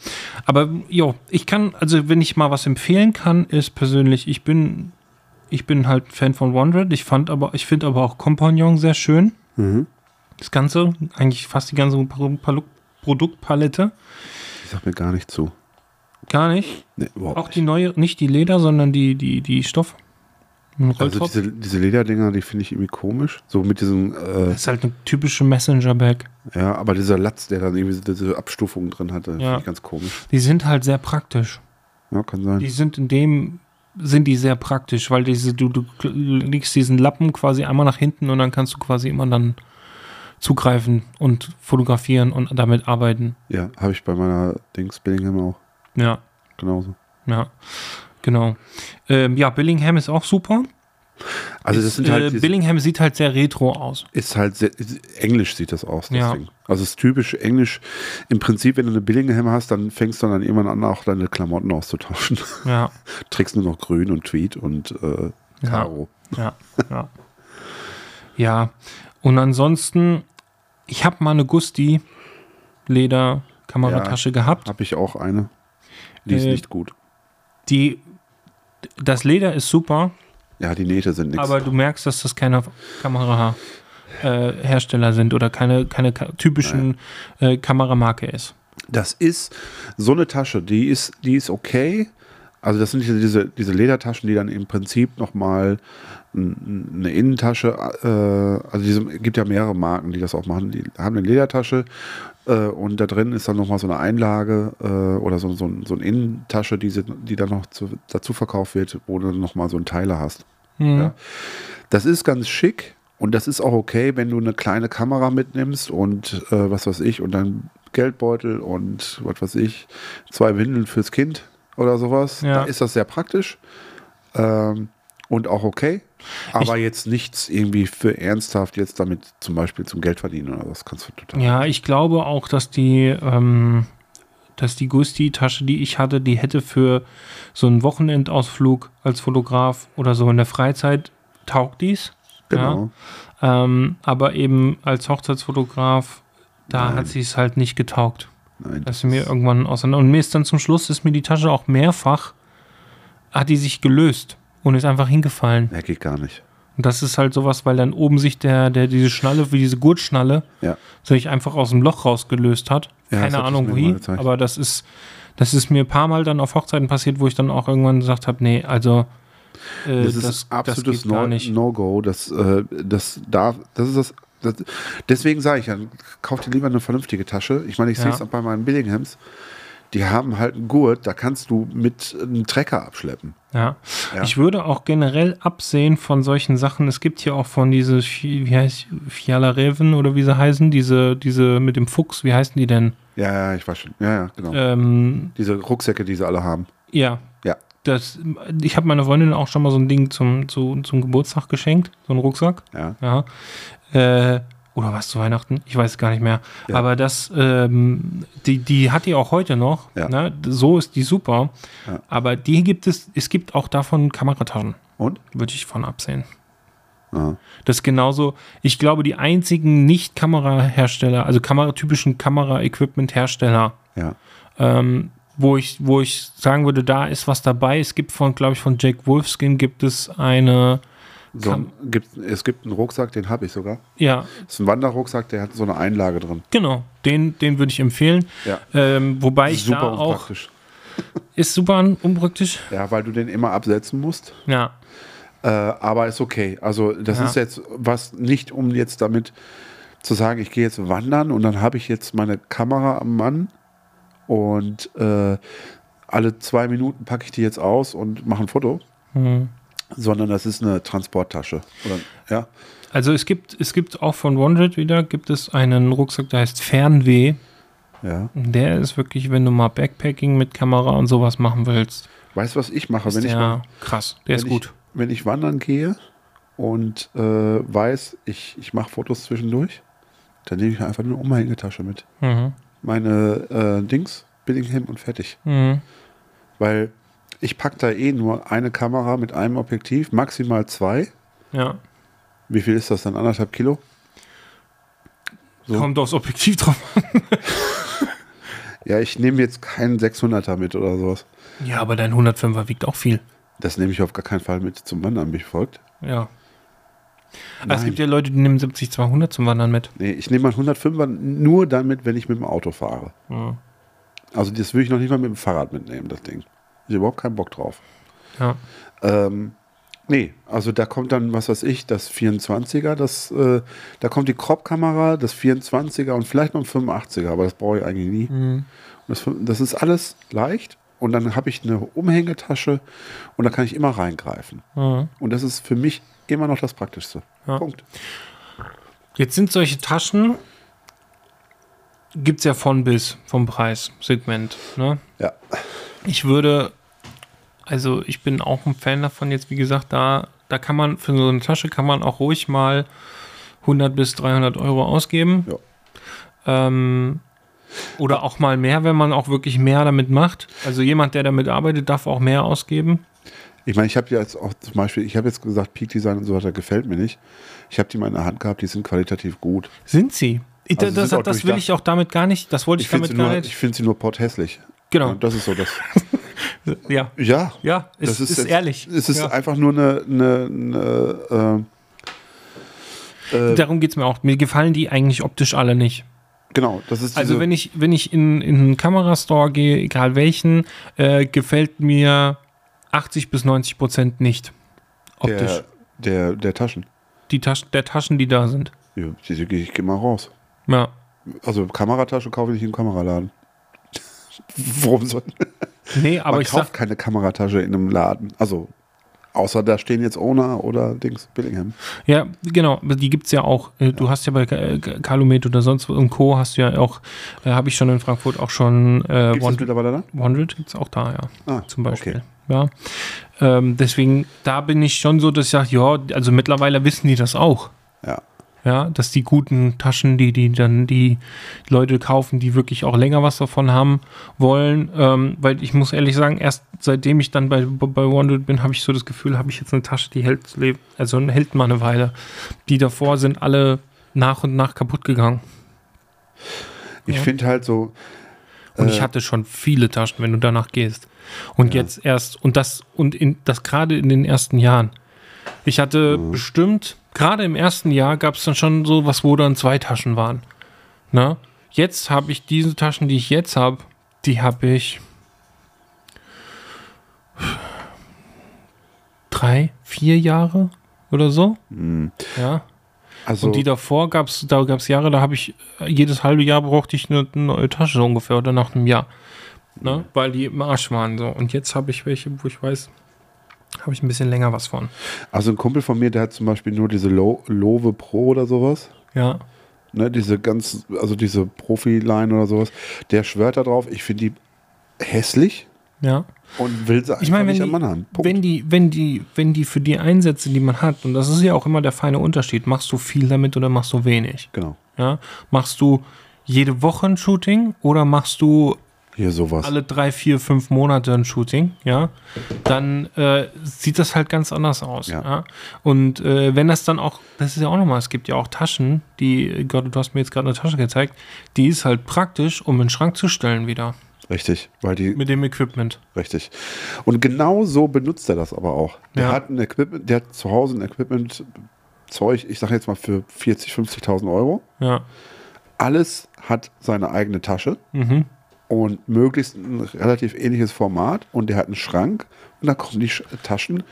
S3: Aber jo, ich kann, also wenn ich mal was empfehlen kann, ist persönlich, ich bin, ich bin halt Fan von Wandered. Ich fand aber, ich finde aber auch Compagnon sehr schön.
S2: Mhm.
S3: Das Ganze, eigentlich fast die ganze Pro- Pro- Produktpalette.
S2: Ich sag mir gar nicht zu.
S3: Gar nicht.
S2: Nee, überhaupt
S3: Auch
S2: nicht.
S3: die neue, nicht die Leder, sondern die, die, die Stoff. Ein
S2: Also
S3: Rolltop.
S2: diese, diese Lederdinger, die finde ich irgendwie komisch. So mit diesem, äh,
S3: das ist halt eine typische Messenger-Bag.
S2: ja, aber dieser Latz, der dann irgendwie so diese Abstufungen drin hatte,
S3: Ja.
S2: finde ich ganz komisch.
S3: Die sind halt sehr praktisch.
S2: Ja, kann sein.
S3: Die sind in dem, sind die sehr praktisch, weil diese, du, du kl- legst diesen Lappen quasi einmal nach hinten und dann kannst du quasi immer dann zugreifen und fotografieren und damit arbeiten.
S2: ja, habe ich bei meiner Dings Billingham auch.
S3: Ja,
S2: Genauso.
S3: ja, genau. Ähm, ja, Billingham ist auch super.
S2: Also das
S3: Ist,
S2: sind halt,
S3: äh,
S2: diese,
S3: Billingham sieht halt sehr retro aus.
S2: ist halt sehr, ist, englisch sieht das aus, das
S3: Ja.
S2: Ding. Also es ist typisch englisch. Im Prinzip, wenn du eine Billingham hast, dann fängst du dann irgendwann an, auch deine Klamotten auszutauschen.
S3: Ja,
S2: Trägst nur noch grün und tweed und äh,
S3: Ja.
S2: Karo.
S3: ja, ja. Ja, und ansonsten, ich habe mal eine Gusti Leder Kameratasche gehabt.
S2: Habe ich auch eine. Die ist
S3: Äh,
S2: nicht gut.
S3: Die, das Leder ist super,
S2: Ja, die Nähte sind nichts.
S3: aber du merkst, dass das keine Kamerahersteller äh, Hersteller sind oder keine, keine ka typischen äh, Kameramarke ist.
S2: Das ist so eine Tasche, die ist, die ist okay. Also das sind diese- diese, diese Ledertaschen, die dann im Prinzip nochmal eine Innentasche, äh, also diese, gibt ja mehrere Marken, die das auch machen, die haben eine Ledertasche äh, und da drin ist dann nochmal so eine Einlage äh, oder so, so, ein- so eine Innentasche, die, sie- die dann noch zu, dazu verkauft wird, wo du nochmal so einen Teiler hast.
S3: Mhm.
S2: Ja. Das ist ganz schick und das ist auch okay, wenn du eine kleine Kamera mitnimmst und äh, was weiß ich und dann Geldbeutel und was weiß ich, zwei Windeln fürs Kind oder sowas.
S3: Ja.
S2: Da ist das sehr praktisch ähm, und auch okay. Aber jetzt nichts irgendwie für ernsthaft jetzt damit zum Beispiel zum Geld verdienen oder was kannst du total.
S3: Ja, ich glaube auch, dass die, ähm, dass die Gusti-Tasche, die ich hatte, die hätte für so einen Wochenendausflug als Fotograf oder so in der Freizeit taugt dies.
S2: Genau.
S3: Ja. Ähm, aber eben als Hochzeitsfotograf, da
S2: Nein.
S3: hat sie es halt nicht getaugt.
S2: Nein.
S3: dass sie mir irgendwann auseinander. Und mir ist dann zum Schluss, ist mir die Tasche auch mehrfach, hat die sich gelöst und ist einfach hingefallen.
S2: Ja, geht gar nicht.
S3: Und das ist halt sowas, weil dann oben sich der, der diese Schnalle, wie diese Gurtschnalle,
S2: Ja.
S3: sich einfach aus dem Loch rausgelöst hat.
S2: Ja, das
S3: Keine
S2: hattest du
S3: Ahnung
S2: mir mal
S3: wie,
S2: gezeigt.
S3: aber das ist, das ist mir ein paar Mal dann auf Hochzeiten passiert, wo ich dann auch irgendwann gesagt habe, nee, also äh,
S2: Das ist absolutes
S3: geht gar
S2: No-
S3: nicht.
S2: No-Go. das, äh, das darf, das ist das. das deswegen sage ich ja, kauf dir lieber eine vernünftige Tasche. Ich meine, ich
S3: Ja.
S2: sehe es auch bei meinen Billinghams. Die haben halt einen Gurt, da kannst du mit einem Trecker abschleppen.
S3: Ja.
S2: Ja.
S3: Ich würde auch generell absehen von solchen Sachen. Es gibt hier auch von diese, Fi- wie heißt Fialareven oder wie sie heißen, diese, diese mit dem Fuchs, wie heißen die denn?
S2: Ja, ja, ich weiß schon. Ja, ja, genau.
S3: Ähm,
S2: Diese Rucksäcke, die sie alle haben.
S3: ja.
S2: Ja.
S3: Das, ich habe meiner Freundin auch schon mal so ein Ding zum, zu, zum Geburtstag geschenkt, so einen Rucksack.
S2: Ja.
S3: Ja. Äh, oder was zu Weihnachten? Ich weiß gar nicht mehr.
S2: Ja.
S3: Aber das, ähm, die, die hat die auch heute noch.
S2: Ja.
S3: Ne? So ist die super.
S2: Ja.
S3: Aber die gibt es, es gibt auch davon Kamerataschen.
S2: Und?
S3: Würde ich von absehen.
S2: Ja.
S3: Das ist genauso, ich glaube, die einzigen Nicht-Kamerahersteller, also kameratypischen Kamera-Equipment-Hersteller,
S2: ja.
S3: ähm, wo, ich, wo ich sagen würde, da ist was dabei. Es gibt von, glaube ich, von Jake Wolfskin gibt es eine,
S2: So,
S3: Kam-
S2: gibt, es gibt einen Rucksack, den habe ich sogar.
S3: ja,
S2: Das ist ein Wanderrucksack, der hat so eine Einlage drin.
S3: genau, den, den würde ich empfehlen.
S2: Ja.
S3: Ähm, wobei ich da
S2: Super
S3: auch,
S2: unpraktisch.
S3: ist super unpraktisch.
S2: Ja, weil du den immer absetzen musst.
S3: Ja,
S2: Äh, aber ist okay. Also das
S3: Ja.
S2: ist jetzt was nicht, um jetzt damit zu sagen, ich gehe jetzt wandern und dann habe ich jetzt meine Kamera am Mann und äh, alle zwei Minuten packe ich die jetzt aus und mache ein Foto.
S3: Hm.
S2: Sondern das ist eine Transporttasche. Oder, ja,
S3: also es gibt, es gibt auch von OneJet wieder, gibt es einen Rucksack, der heißt Fernweh.
S2: ja.
S3: Der ist wirklich, wenn du mal Backpacking mit Kamera und sowas machen willst,
S2: Weißt du, was ich mache,
S3: ist
S2: wenn ich
S3: der
S2: mal-
S3: krass. Der ist
S2: wenn
S3: gut.
S2: Ich, wenn ich wandern gehe und äh, weiß, ich, ich mache Fotos zwischendurch, dann nehme ich einfach eine Umhängetasche mit.
S3: Mhm.
S2: Meine äh, Dings, Billingham und fertig.
S3: Mhm.
S2: Weil ich packe da eh nur eine Kamera mit einem Objektiv, maximal zwei.
S3: Ja.
S2: Wie viel ist das dann? Anderthalb Kilo? So.
S3: Kommt aufs Objektiv drauf.
S2: Ja, ich nehme jetzt keinen 600er mit oder sowas.
S3: an. Ja, aber dein 105er wiegt auch viel.
S2: Das nehme ich auf gar keinen Fall mit zum Wandern, mich folgt.
S3: Ja. Aber
S2: Nein.
S3: Also Es gibt ja Leute, die nehmen 70-200 zum Wandern mit.
S2: Nee, ich nehme meinen 105er nur dann mit, wenn ich mit dem Auto fahre.
S3: Ja.
S2: Also das würde ich noch nicht mal mit dem Fahrrad mitnehmen, das Ding. Ich habe überhaupt keinen Bock drauf.
S3: ja.
S2: Ähm, nee, also da kommt dann, was weiß ich, das 24er, das, äh, da kommt die Crop-Kamera, das 24er und vielleicht noch ein 85er, aber das brauche ich eigentlich nie.
S3: Mhm.
S2: Und das, das ist alles leicht und dann habe ich eine Umhängetasche und da kann ich immer reingreifen.
S3: Ja.
S2: Und das ist für mich immer noch das Praktischste.
S3: Ja.
S2: Punkt.
S3: Jetzt sind solche Taschen, gibt es ja von bis, vom Preissegment. Ne?
S2: Ja,
S3: Ich würde, also ich bin auch ein Fan davon jetzt, wie gesagt, da, da kann man, für so eine Tasche kann man auch ruhig mal 100 bis 300 Euro ausgeben.
S2: Ja.
S3: Ähm, oder auch mal mehr, wenn man auch wirklich mehr damit macht. Also jemand, der damit arbeitet, darf auch mehr ausgeben.
S2: Ich meine, ich habe jetzt auch zum Beispiel, ich habe jetzt gesagt, Peak Design und so weiter gefällt mir nicht. Ich habe die mal in der Hand gehabt, die sind qualitativ gut.
S3: Sind sie? Ich-
S2: Also
S3: das
S2: sind auch
S3: das will
S2: durchdacht.
S3: ich auch damit gar nicht, das wollte ich,
S2: Ich finde sie,
S3: damit gar
S2: nur-
S3: nicht.
S2: ich find sie nur porthässlich.
S3: Genau.
S2: Und das ist so das.
S3: ja.
S2: Ja.
S3: Ja, es
S2: das
S3: ist,
S2: jetzt-
S3: ehrlich.
S2: Es ist
S3: ja.
S2: einfach nur eine. eine, ähm, eine
S3: Darum geht es mir auch. Mir gefallen die eigentlich optisch alle nicht.
S2: äh, genau, das ist
S3: Also
S2: diese-
S3: wenn ich, wenn ich in, in einen Kamerastore gehe, egal welchen, äh, gefällt mir 80 bis 90 Prozent nicht. Optisch.
S2: der, der, der Taschen.
S3: die Taschen, der Taschen, die da sind.
S2: Ja, diese gehe ich geh mal raus.
S3: Ja.
S2: Also Kameratasche kaufe ich nicht im Kameraladen. Warum soll
S3: Nee, aber
S2: Man
S3: ich
S2: kauft
S3: sag,
S2: keine Kameratasche in einem Laden. Also, außer da stehen jetzt Ona oder Dings Billingham.
S3: ja, genau, die gibt's ja auch. Äh, Du hast ja bei äh, Calumet oder sonst wo und Co. hast du ja auch, äh, habe ich schon in Frankfurt auch schon äh,
S2: Gibt es
S3: One-
S2: mittlerweile da?
S3: 100 gibt es auch da, ja.
S2: Ah,
S3: zum Beispiel.
S2: okay.
S3: Ja. Ähm, deswegen, da bin ich schon so, dass ich sage, ja, also mittlerweile wissen die das auch.
S2: Ja.
S3: Ja, dass die guten Taschen, die die dann die Leute kaufen, die wirklich auch länger was davon haben wollen, ähm, weil ich muss ehrlich sagen, erst seitdem ich dann bei bei OneDude bin, habe ich so das Gefühl, habe ich jetzt eine Tasche, die hält le- also hält mal eine Weile. Die davor sind alle nach und nach kaputt gegangen
S2: Ich
S3: Ja.
S2: finde halt so,
S3: und
S2: Äh.
S3: ich hatte schon viele Taschen, wenn du danach gehst. Und jetzt erst und das und in das gerade in den ersten Jahren. Ich hatte bestimmt, gerade im ersten Jahr gab es dann schon so was, wo dann zwei Taschen waren. Ne? Jetzt habe ich diese Taschen, die ich jetzt habe, die habe ich drei, vier Jahre oder so. Ja.
S2: Also,
S3: Und die davor gab es da gab's Jahre, da habe ich äh, jedes halbe Jahr brauchte ich eine, eine neue Tasche so ungefähr oder nach einem Jahr.
S2: Mhm.
S3: Ne? Weil die im Arsch waren so. Und jetzt habe ich welche, wo ich weiß, habe ich ein bisschen länger was von.
S2: also ein Kumpel von mir, der hat zum Beispiel nur diese Lo Love Pro oder sowas.
S3: Ja.
S2: Ne, diese ganz, also diese Profi-Line oder sowas. Der schwört da drauf, ich finde die hässlich
S3: Ja.
S2: und will sie einfach
S3: Ich meine, wenn
S2: nicht
S3: die,
S2: am Mann haben. Punkt.
S3: wenn die, wenn die, wenn die für die Einsätze, die man hat, und das ist ja auch immer der feine Unterschied, machst du viel damit oder machst du wenig.
S2: genau.
S3: Ja? Machst du jede Woche ein Shooting oder machst du
S2: Hier sowas.
S3: alle drei, vier, fünf Monate ein Shooting, ja, dann äh, sieht das halt ganz anders aus. Ja.
S2: Ja.
S3: Und äh, wenn das dann auch, das ist ja auch nochmal, es gibt ja auch Taschen, die, Gott, du hast mir jetzt gerade eine Tasche gezeigt, die ist halt praktisch, um in den Schrank zu stellen wieder
S2: Richtig, weil die
S3: mit dem Equipment.
S2: Richtig. Und genau so benutzt er das aber auch. Der
S3: Ja.
S2: hat ein Equipment, der hat zu Hause ein Equipment-Zeug, ich sage jetzt mal für 40, 50.000 Euro.
S3: Ja,
S2: Alles hat seine eigene Tasche
S3: Mhm.
S2: und möglichst ein relativ ähnliches Format. Und der hat einen Schrank und da kommen die Sch- äh, Taschen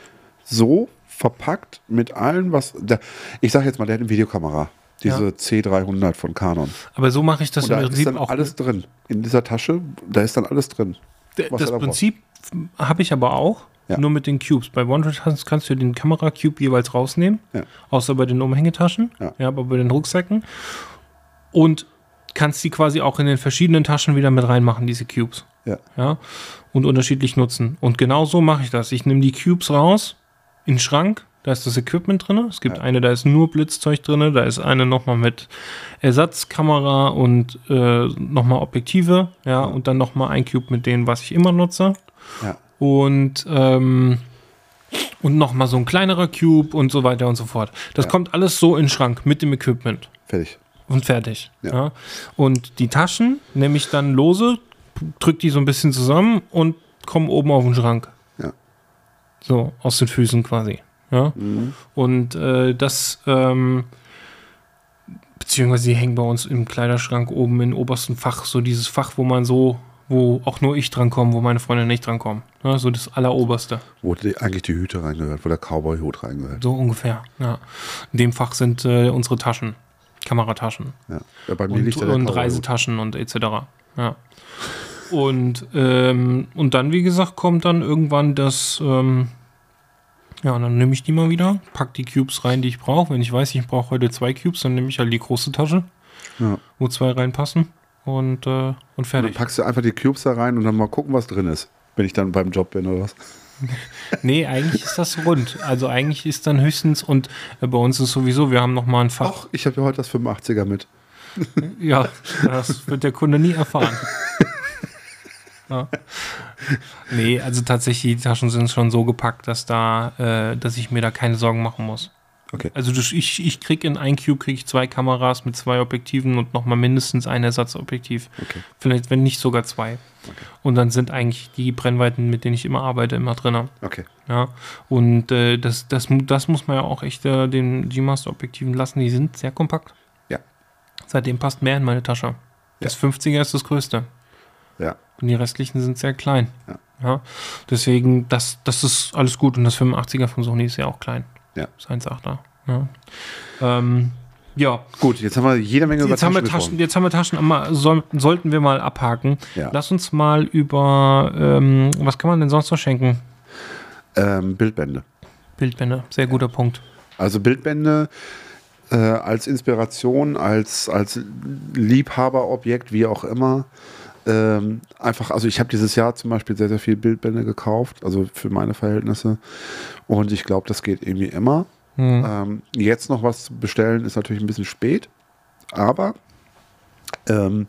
S2: so verpackt mit allem, was. Der, ich sage jetzt mal, der hat eine Videokamera. Diese
S3: Ja.
S2: C300 von Canon.
S3: aber so mache ich das
S2: Und da
S3: im
S2: ist
S3: Prinzip
S2: dann
S3: auch.
S2: alles drin. In dieser Tasche, da ist dann alles drin.
S3: D-
S2: was
S3: das
S2: er da braucht.
S3: Prinzip habe ich aber auch,
S2: Ja.
S3: nur mit den Cubes. Bei OneDrive kannst, kannst du den Kamera-Cube jeweils rausnehmen,
S2: Ja.
S3: außer bei den Umhängetaschen, ja.
S2: Ja.
S3: aber bei den Rucksäcken. Und kannst die quasi auch in den verschiedenen Taschen wieder mit reinmachen, diese Cubes.
S2: Ja.
S3: Ja, und unterschiedlich nutzen. Und genau so mache ich das. Ich nehme die Cubes raus, in den Schrank, da ist das Equipment drin. Es gibt eine, da ist nur Blitzzeug drin, da ist eine nochmal mit Ersatzkamera und äh, nochmal Objektive, ja, und dann nochmal ein Cube mit denen, was ich immer nutze.
S2: Ja.
S3: Und, ähm, und nochmal so ein kleinerer Cube und so weiter und so fort. Das kommt alles so in den Schrank mit dem Equipment
S2: Fertig.
S3: und fertig. Ja.
S2: Ja.
S3: Und die Taschen nehme ich dann lose, drücke die so ein bisschen zusammen und komme oben auf den Schrank.
S2: Ja.
S3: So, aus den Füßen quasi. Ja.
S2: Mhm.
S3: Und äh, das, ähm, beziehungsweise die hängen bei uns im Kleiderschrank oben im obersten Fach, so dieses Fach, wo man so, wo auch nur ich dran komme, wo meine Freunde nicht dran kommen. Ja, so das alleroberste.
S2: wo die, eigentlich die Hüte reingehört, wo der Cowboy-Hut reingehört.
S3: So ungefähr. Ja. In dem Fach sind äh, unsere Taschen, Kamerataschen.
S2: Ja. Ja, bei mir
S3: und,
S2: liegt da der
S3: und
S2: Cowboy-Hut.
S3: Reisetaschen und etc. Ja. Und, ähm, und dann, wie gesagt, kommt dann irgendwann das, ähm, ja, und dann nehme ich die mal wieder, pack die Cubes rein, die ich brauche. Wenn ich weiß, ich brauche heute zwei Cubes, dann nehme ich halt die große Tasche,
S2: Ja.
S3: wo zwei reinpassen und, äh, und
S2: Dann
S3: fertig.
S2: packst du einfach die Cubes da rein und dann mal gucken, was drin ist, wenn ich dann beim Job bin oder was.
S3: Nee, eigentlich ist das rund. Also eigentlich ist dann höchstens, und äh, bei uns ist sowieso, wir haben nochmal ein Fach.
S2: Ach, ich habe ja heute das 85er mit.
S3: Ja, das wird der Kunde nie erfahren. Ja. Nee, also tatsächlich, die Taschen sind schon so gepackt, dass da, äh, dass ich mir da keine Sorgen machen muss.
S2: Okay.
S3: Also du, ich, ich krieg in ein Cube krieg ich zwei Kameras mit zwei Objektiven und nochmal mindestens ein Ersatzobjektiv.
S2: Okay.
S3: Vielleicht, wenn nicht sogar zwei. Und dann sind eigentlich die Brennweiten, mit denen ich immer arbeite, immer drin.
S2: Okay.
S3: Ja. Und äh, das, das, mu- das muss man ja auch echt äh, den G-Master-Objektiven lassen. Die sind sehr kompakt.
S2: Ja.
S3: Seitdem passt mehr in meine Tasche. Das 50er ist das größte.
S2: Ja.
S3: Und die restlichen sind sehr klein.
S2: Ja.
S3: Deswegen, das, das ist alles gut. Und das 85er von Sony ist ja auch klein.
S2: Ja.
S3: Das 1,8er. Ja. Ähm, ja.
S2: Gut, jetzt haben wir jede Menge
S3: Jetzt haben, wir Taschen, jetzt haben wir Taschen, einmal- soll- sollten wir mal abhaken.
S2: Ja.
S3: Lass uns mal über, ähm, was kann man denn sonst noch schenken?
S2: gesprochen. Ähm, Bildbände.
S3: Bildbände, sehr guter Punkt.
S2: Also Bildbände äh, als Inspiration, als, als Liebhaberobjekt, wie auch immer. Ähm, einfach, also ich habe dieses Jahr zum Beispiel sehr, sehr viel Bildbände gekauft, also für meine Verhältnisse. Und ich glaube, das geht irgendwie immer.
S3: Hm.
S2: Ähm, jetzt noch was zu bestellen ist natürlich ein bisschen spät, aber ähm,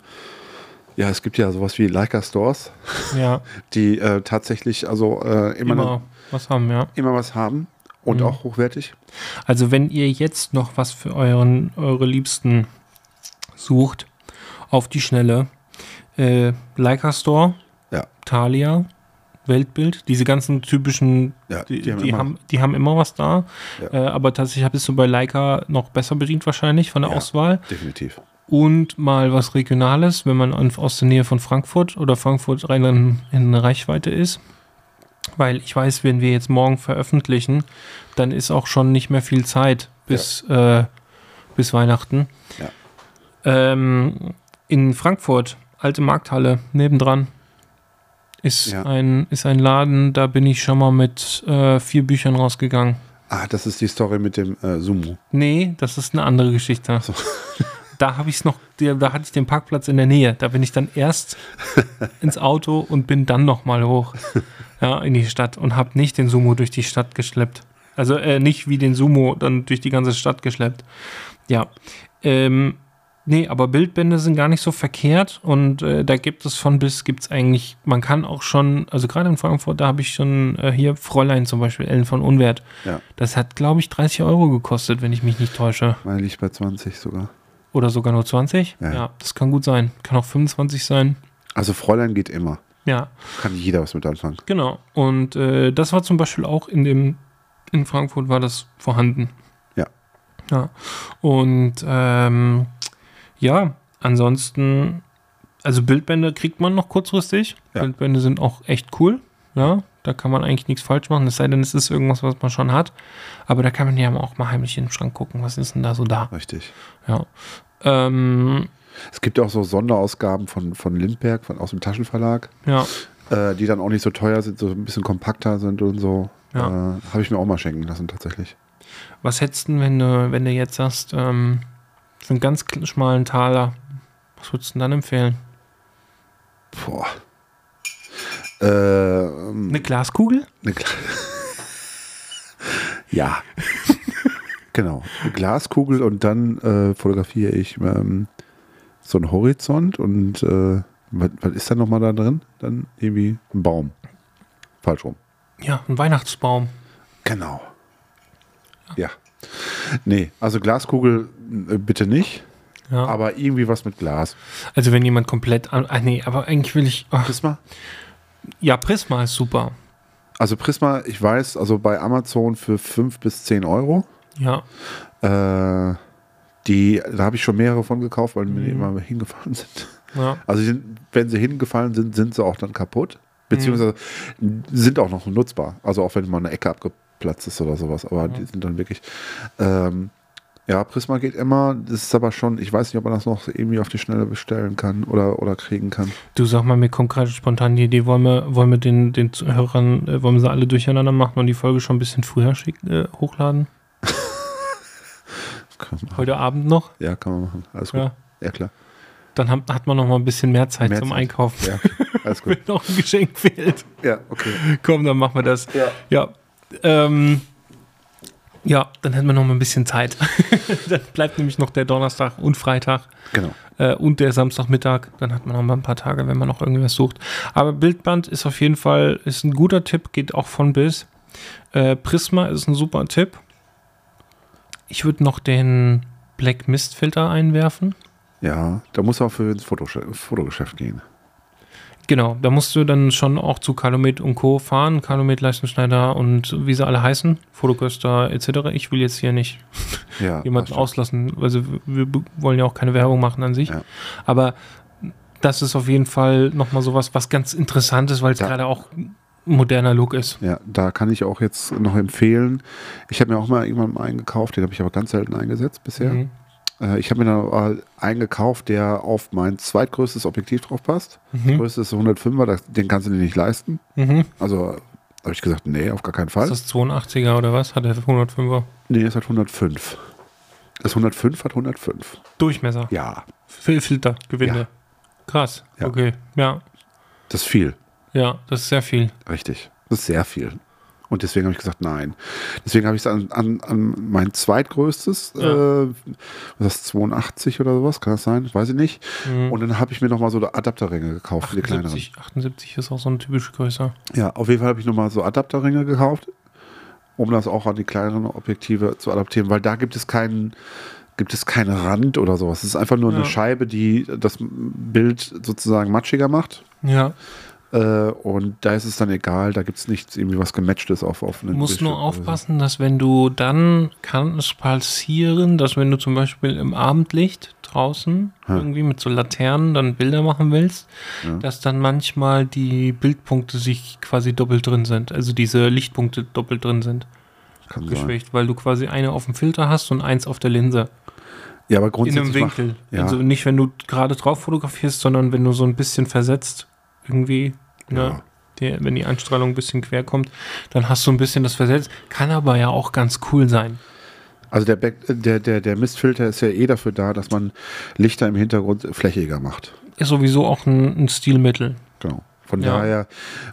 S2: ja, es gibt ja sowas wie Leica Stores,
S3: Ja,
S2: die äh, tatsächlich also äh, immer,
S3: immer was haben, ja.
S2: immer was haben und auch hochwertig.
S3: Also wenn ihr jetzt noch was für euren, eure Liebsten sucht, auf die Schnelle, äh, Leica Store,
S2: Ja.
S3: Thalia, Weltbild, diese ganzen typischen,
S2: Ja,
S3: die,
S2: die haben
S3: die,
S2: immer-
S3: haben, die haben immer was da.
S2: Ja.
S3: Äh, aber tatsächlich bist du bei Leica noch besser bedient wahrscheinlich von der
S2: Ja.
S3: Auswahl.
S2: Definitiv.
S3: Und mal was Regionales, wenn man an- aus der Nähe von Frankfurt oder Frankfurt rein in, in Reichweite ist. Weil ich weiß, wenn wir jetzt morgen veröffentlichen, dann ist auch schon nicht mehr viel Zeit bis, äh, bis Weihnachten.
S2: Ja.
S3: Ähm, in Frankfurt, alte Markthalle, nebendran, ist,
S2: Ja.
S3: ein, ist ein Laden, da bin ich schon mal mit äh, vier Büchern rausgegangen.
S2: Ah, das ist die Story mit dem äh, Sumo.
S3: Nee, das ist eine andere Geschichte.
S2: so.
S3: Da habe ich noch, da da hatte ich den Parkplatz in der Nähe. Da bin ich dann erst ins Auto und bin dann nochmal hoch ja, in die Stadt und habe nicht den Sumo durch die Stadt geschleppt. Also äh, nicht wie den Sumo dann durch die ganze Stadt geschleppt. Ja. Ähm, nee, aber Bildbände sind gar nicht so verkehrt und äh, da gibt es von bis gibt's eigentlich, man kann auch schon, also gerade in Frankfurt, da habe ich schon äh, hier Fräulein zum Beispiel, Ellen von Unwert.
S2: Ja.
S3: Das hat, glaube ich, 30 Euro gekostet, wenn ich mich nicht täusche.
S2: Meine liegt bei 20 sogar.
S3: Oder sogar nur 20?
S2: Ja.
S3: das kann gut sein. Kann auch 25 sein.
S2: Also Fräulein geht immer.
S3: Ja,
S2: Kann jeder was mit anfangen.
S3: genau. Und äh, das war zum Beispiel auch in dem, in Frankfurt war das vorhanden.
S2: Ja.
S3: Ja. Und ähm, ja, ansonsten, also Bildbände kriegt man noch kurzfristig.
S2: Ja.
S3: Bildbände sind auch echt cool. Ja, da kann man eigentlich nichts falsch machen, es sei denn, es ist irgendwas, was man schon hat. Aber da kann man ja auch mal heimlich in den Schrank gucken, was ist denn da so da.
S2: Richtig.
S3: Ja. Ähm,
S2: Es gibt ja auch so Sonderausgaben von, von Lindberg, von, aus dem Taschenverlag,
S3: ja.
S2: äh, die dann auch nicht so teuer sind, so ein bisschen kompakter sind und so.
S3: Ja.
S2: Äh, Habe ich mir auch mal schenken lassen, tatsächlich.
S3: Was hättest du, wenn du, wenn du jetzt sagst, ähm, für einen ganz kl- schmalen Taler, was würdest du denn dann empfehlen?
S2: Boah. Äh, ähm,
S3: Eine Glaskugel?
S2: Eine Gla ja. genau. Eine Glaskugel und dann äh, fotografiere ich ähm, so einen Horizont und äh, was, was ist da nochmal da drin? Dann irgendwie ein Baum. Falsch rum.
S3: Ja, ein Weihnachtsbaum.
S2: Genau. Ja. Nee, also Glaskugel äh, bitte nicht,
S3: Ja.
S2: aber irgendwie was mit Glas.
S3: also wenn jemand komplett an. Ah nee, aber eigentlich will ich. Ach,
S2: Prisma?
S3: ja, Prisma ist super.
S2: Also Prisma, ich weiß, also bei Amazon für 5 bis 10 Euro.
S3: Ja.
S2: Äh, die, da habe ich schon mehrere von gekauft, weil mir die immer hingefallen sind.
S3: ja.
S2: Also die sind, wenn sie hingefallen sind, sind sie auch dann kaputt. Beziehungsweise sind auch noch nutzbar. Also auch wenn mal eine Ecke abgeplatzt ist oder sowas. Aber die sind dann wirklich. Ähm, ja, Prisma geht immer. Das ist aber schon, ich weiß nicht, ob man das noch irgendwie auf die Schnelle bestellen kann oder, oder kriegen kann.
S3: Du sag mal, mir kommt gerade spontan die Idee, wollen wir, wollen wir den, den Zuhörern, äh, wollen wir sie alle durcheinander machen und die Folge schon ein bisschen früher schick, äh, hochladen?
S2: Kann man-
S3: Heute Abend noch?
S2: Ja, kann man machen. Alles gut.
S3: Ja.
S2: Ja, klar.
S3: Dann hat, hat man noch mal ein bisschen mehr Zeit
S2: Mehr
S3: zum
S2: Zeit.
S3: Einkaufen,
S2: Ja, alles gut.
S3: wenn noch ein Geschenk fehlt.
S2: Ja, okay.
S3: Komm, dann machen wir das.
S2: Ja.
S3: Ja, ähm, ja dann hätten wir noch mal ein bisschen Zeit. dann bleibt nämlich noch der Donnerstag und Freitag
S2: Genau.
S3: äh, und der Samstagmittag. Dann hat man noch mal ein paar Tage, wenn man noch irgendwas sucht. Aber Bildband ist auf jeden Fall ist ein guter Tipp, geht auch von bis. Äh, Prisma ist ein super Tipp. Ich würde noch den Black Mist Filter einwerfen.
S2: Ja, da muss auch für ins Fotogeschäft, Fotogeschäft gehen.
S3: Genau, da musst du dann schon auch zu Calumet und Co. fahren. Calumet, Leistenschneider und wie sie alle heißen, Fotoköster etc. Ich will jetzt hier nicht
S2: Ja,
S3: jemanden
S2: das stimmt.
S3: auslassen. Also wir be- wollen ja auch keine Werbung machen an sich.
S2: Ja.
S3: Aber das ist auf jeden Fall nochmal sowas, was ganz interessant ist, weil es
S2: Ja.
S3: gerade auch ein moderner Look ist.
S2: Ja, da kann ich auch jetzt noch empfehlen. Ich habe mir auch mal irgendwann mal einen gekauft, den habe ich aber ganz selten eingesetzt bisher.
S3: Mhm.
S2: Äh, ich habe mir dann mal einen gekauft, der auf mein zweitgrößtes Objektiv drauf passt. Das größte ist 105er, das, den kannst du dir nicht leisten.
S3: Mhm.
S2: Also habe ich gesagt, nee, auf gar keinen Fall.
S3: Ist das 82er oder was? Hat er 105er?
S2: nee, es hat 105. Das 105 hat 105.
S3: Durchmesser,
S2: Ja,
S3: Fil- Filter, Gewinde.
S2: Ja.
S3: Krass,
S2: Ja.
S3: okay. Ja,
S2: das ist viel.
S3: ja, das ist sehr viel.
S2: Richtig. Das ist sehr viel. Und deswegen habe ich gesagt, nein. Deswegen habe ich es an, an, an mein zweitgrößtes,
S3: Ja.
S2: äh, was ist das 82 oder sowas, kann das sein? Weiß ich nicht.
S3: Mhm.
S2: Und dann habe ich mir nochmal so Adapterringe gekauft, die kleineren.
S3: 78, 78 ist auch so eine typische Größe.
S2: Ja, auf jeden Fall habe ich nochmal so Adapterringe gekauft, um das auch an die kleineren Objektive zu adaptieren, weil da gibt es keinen, gibt es keinen Rand oder sowas. Es ist einfach nur
S3: Ja.
S2: eine Scheibe, die das Bild sozusagen matschiger macht.
S3: Ja,
S2: Äh, und da ist es dann egal, da gibt es nichts irgendwie was Gematchtes auf
S3: Du
S2: offenen
S3: musst
S2: Bildschirm
S3: nur
S2: oder so.
S3: aufpassen, dass wenn du dann kann es passieren, dass wenn du zum Beispiel im Abendlicht draußen
S2: Ja.
S3: irgendwie mit so Laternen dann Bilder machen willst,
S2: Ja.
S3: dass dann manchmal die Bildpunkte sich quasi doppelt drin sind, also diese Lichtpunkte doppelt drin sind,
S2: Kann sein.
S3: geschwächt, weil du quasi eine auf dem Filter hast und eins auf der Linse.
S2: Ja, aber
S3: In einem
S2: grundsätzlich macht-
S3: Winkel.
S2: ja.
S3: Also nicht, wenn du gerade drauf fotografierst, sondern wenn du so ein bisschen versetzt, irgendwie, ne,
S2: Ja.
S3: die, wenn die Einstrahlung ein bisschen quer kommt, dann hast du ein bisschen das Versetzt. Kann aber ja auch ganz cool sein.
S2: Also der, Back, der, der, der Mistfilter ist ja eh dafür da, dass man Lichter im Hintergrund flächiger macht.
S3: Ist sowieso auch ein, ein Stilmittel.
S2: Genau. Von
S3: Ja.
S2: daher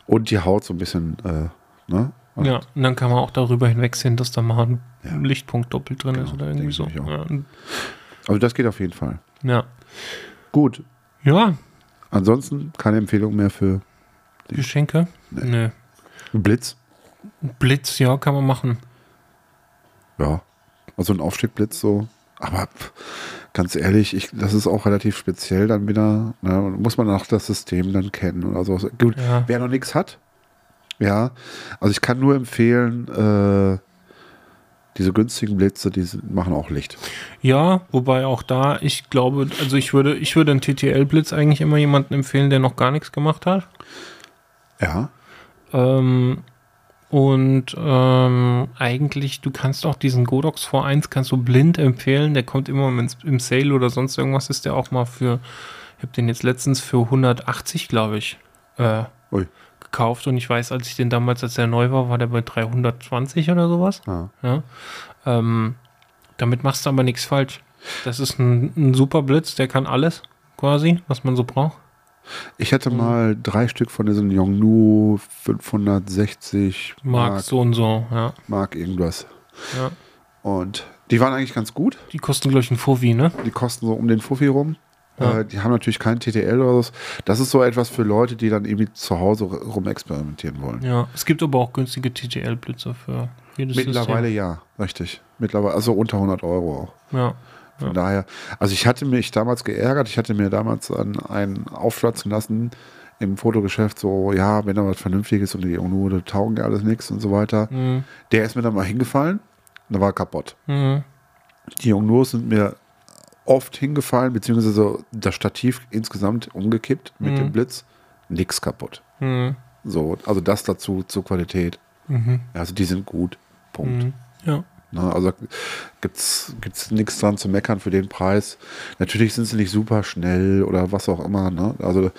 S2: und die Haut so ein bisschen, äh, ne? Und
S3: Ja, und dann kann man auch darüber hinwegsehen, dass da mal ein
S2: Ja.
S3: Lichtpunkt doppelt drin ist
S2: Genau,
S3: oder irgendwie so.
S2: denke ich
S3: Ja.
S2: auch. Also das geht auf jeden Fall.
S3: ja.
S2: Gut.
S3: Ja,
S2: Ansonsten keine Empfehlung mehr für
S3: Geschenke? Nee.
S2: Blitz.
S3: Ein Blitz, ja, kann man machen.
S2: Ja. Also ein Aufstiegblitz so. Aber pff, ganz ehrlich, ich, das ist auch relativ speziell dann wieder. Ne? Und Muss man auch das System dann kennen oder sowas. Gut,
S3: Ja.
S2: wer noch nichts hat, ja. Also ich kann nur empfehlen, äh, diese günstigen Blitze, die sind- machen auch Licht.
S3: Ja, wobei auch da, ich glaube, also ich würde, ich würde einen TTL-Blitz eigentlich immer jemandem empfehlen, der noch gar nichts gemacht hat.
S2: Ja.
S3: Ähm, und ähm, eigentlich, du kannst auch diesen Godox V1 kannst du blind empfehlen. Der kommt immer im, im Sale oder sonst irgendwas ist der auch mal für, ich habe den jetzt letztens für 180, glaube ich, äh,
S2: Ui.
S3: gekauft. Und ich weiß, als ich den damals, als er neu war, war der bei 320 oder sowas.
S2: ja.
S3: Ja? Ähm, damit machst du aber nichts falsch. Das ist ein, ein super Blitz, der kann alles quasi, was man so braucht.
S2: Ich hätte
S3: Mhm.
S2: mal drei Stück von diesem Yongnu 560
S3: Mag
S2: Mark,
S3: so und so, ja.
S2: Mark irgendwas.
S3: ja.
S2: Und die waren eigentlich ganz gut.
S3: Die kosten, glaube ich, ein Fovi, ne?
S2: Die kosten so um den Fuffi rum.
S3: Ja.
S2: Äh, die haben natürlich keinen TTL oder so. Das ist so etwas für Leute, die dann irgendwie zu Hause r- rumexperimentieren wollen.
S3: Ja, es gibt aber auch günstige TTL-Blitze für jedes
S2: Mittlerweile ja, richtig. Mittlerweile, also unter 100 Euro auch.
S3: System. Ja.
S2: Von
S3: Ja.
S2: daher, also ich hatte mich damals geärgert, ich hatte mir damals an einen aufschwatzen lassen im Fotogeschäft, so, ja, wenn da was Vernünftiges und die Yongnuo, da taugen ja alles nichts und so weiter.
S3: Mhm.
S2: Der ist mir dann mal hingefallen und da war er kaputt.
S3: Mhm.
S2: Die Jungnos sind mir oft hingefallen, beziehungsweise das Stativ insgesamt umgekippt mit
S3: Mhm.
S2: dem Blitz. Nix kaputt.
S3: Mhm.
S2: So, also das dazu zur Qualität.
S3: Mhm.
S2: Also die sind gut. Punkt.
S3: Mhm. Ja.
S2: Ne, also gibt's gibt's nichts dran zu meckern für den Preis. Natürlich sind sie nicht super schnell oder was auch immer. Ne? Also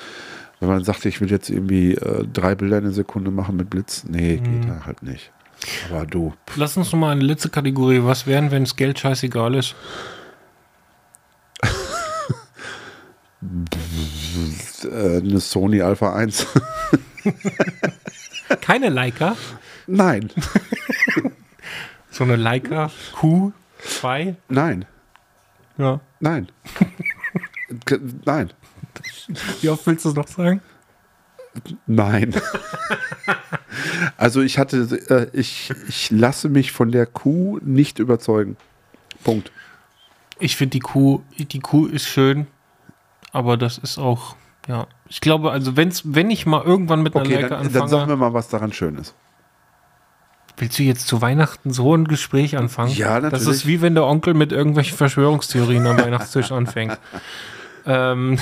S2: wenn man sagt, ich will jetzt irgendwie äh, drei Bilder in der Sekunde machen mit Blitz, nee,
S3: Mhm.
S2: geht ja halt nicht. Aber du,
S3: Lass uns nochmal eine letzte Kategorie. Was wären, wenn das Geld scheißegal ist?
S2: äh, eine Sony Alpha 1.
S3: Keine Leica.
S2: Nein,
S3: So eine Leica Q2.
S2: nein,
S3: Ja.
S2: nein. K- nein,
S3: Wie oft willst du es noch sagen?
S2: nein. also ich hatte, äh, ich, ich lasse mich von der Kuh nicht überzeugen. Punkt.
S3: Ich finde die Kuh, die Kuh ist schön, aber das ist auch, ja. Ich glaube, also wenn's, wenn ich mal irgendwann mit einer
S2: Okay,
S3: Leica
S2: dann, dann
S3: anfange,
S2: sagen wir mal, was daran schön ist.
S3: Willst du jetzt zu Weihnachten so ein Gespräch anfangen?
S2: Ja, natürlich.
S3: Das ist wie wenn der Onkel mit irgendwelchen Verschwörungstheorien am Weihnachtstisch anfängt. ähm,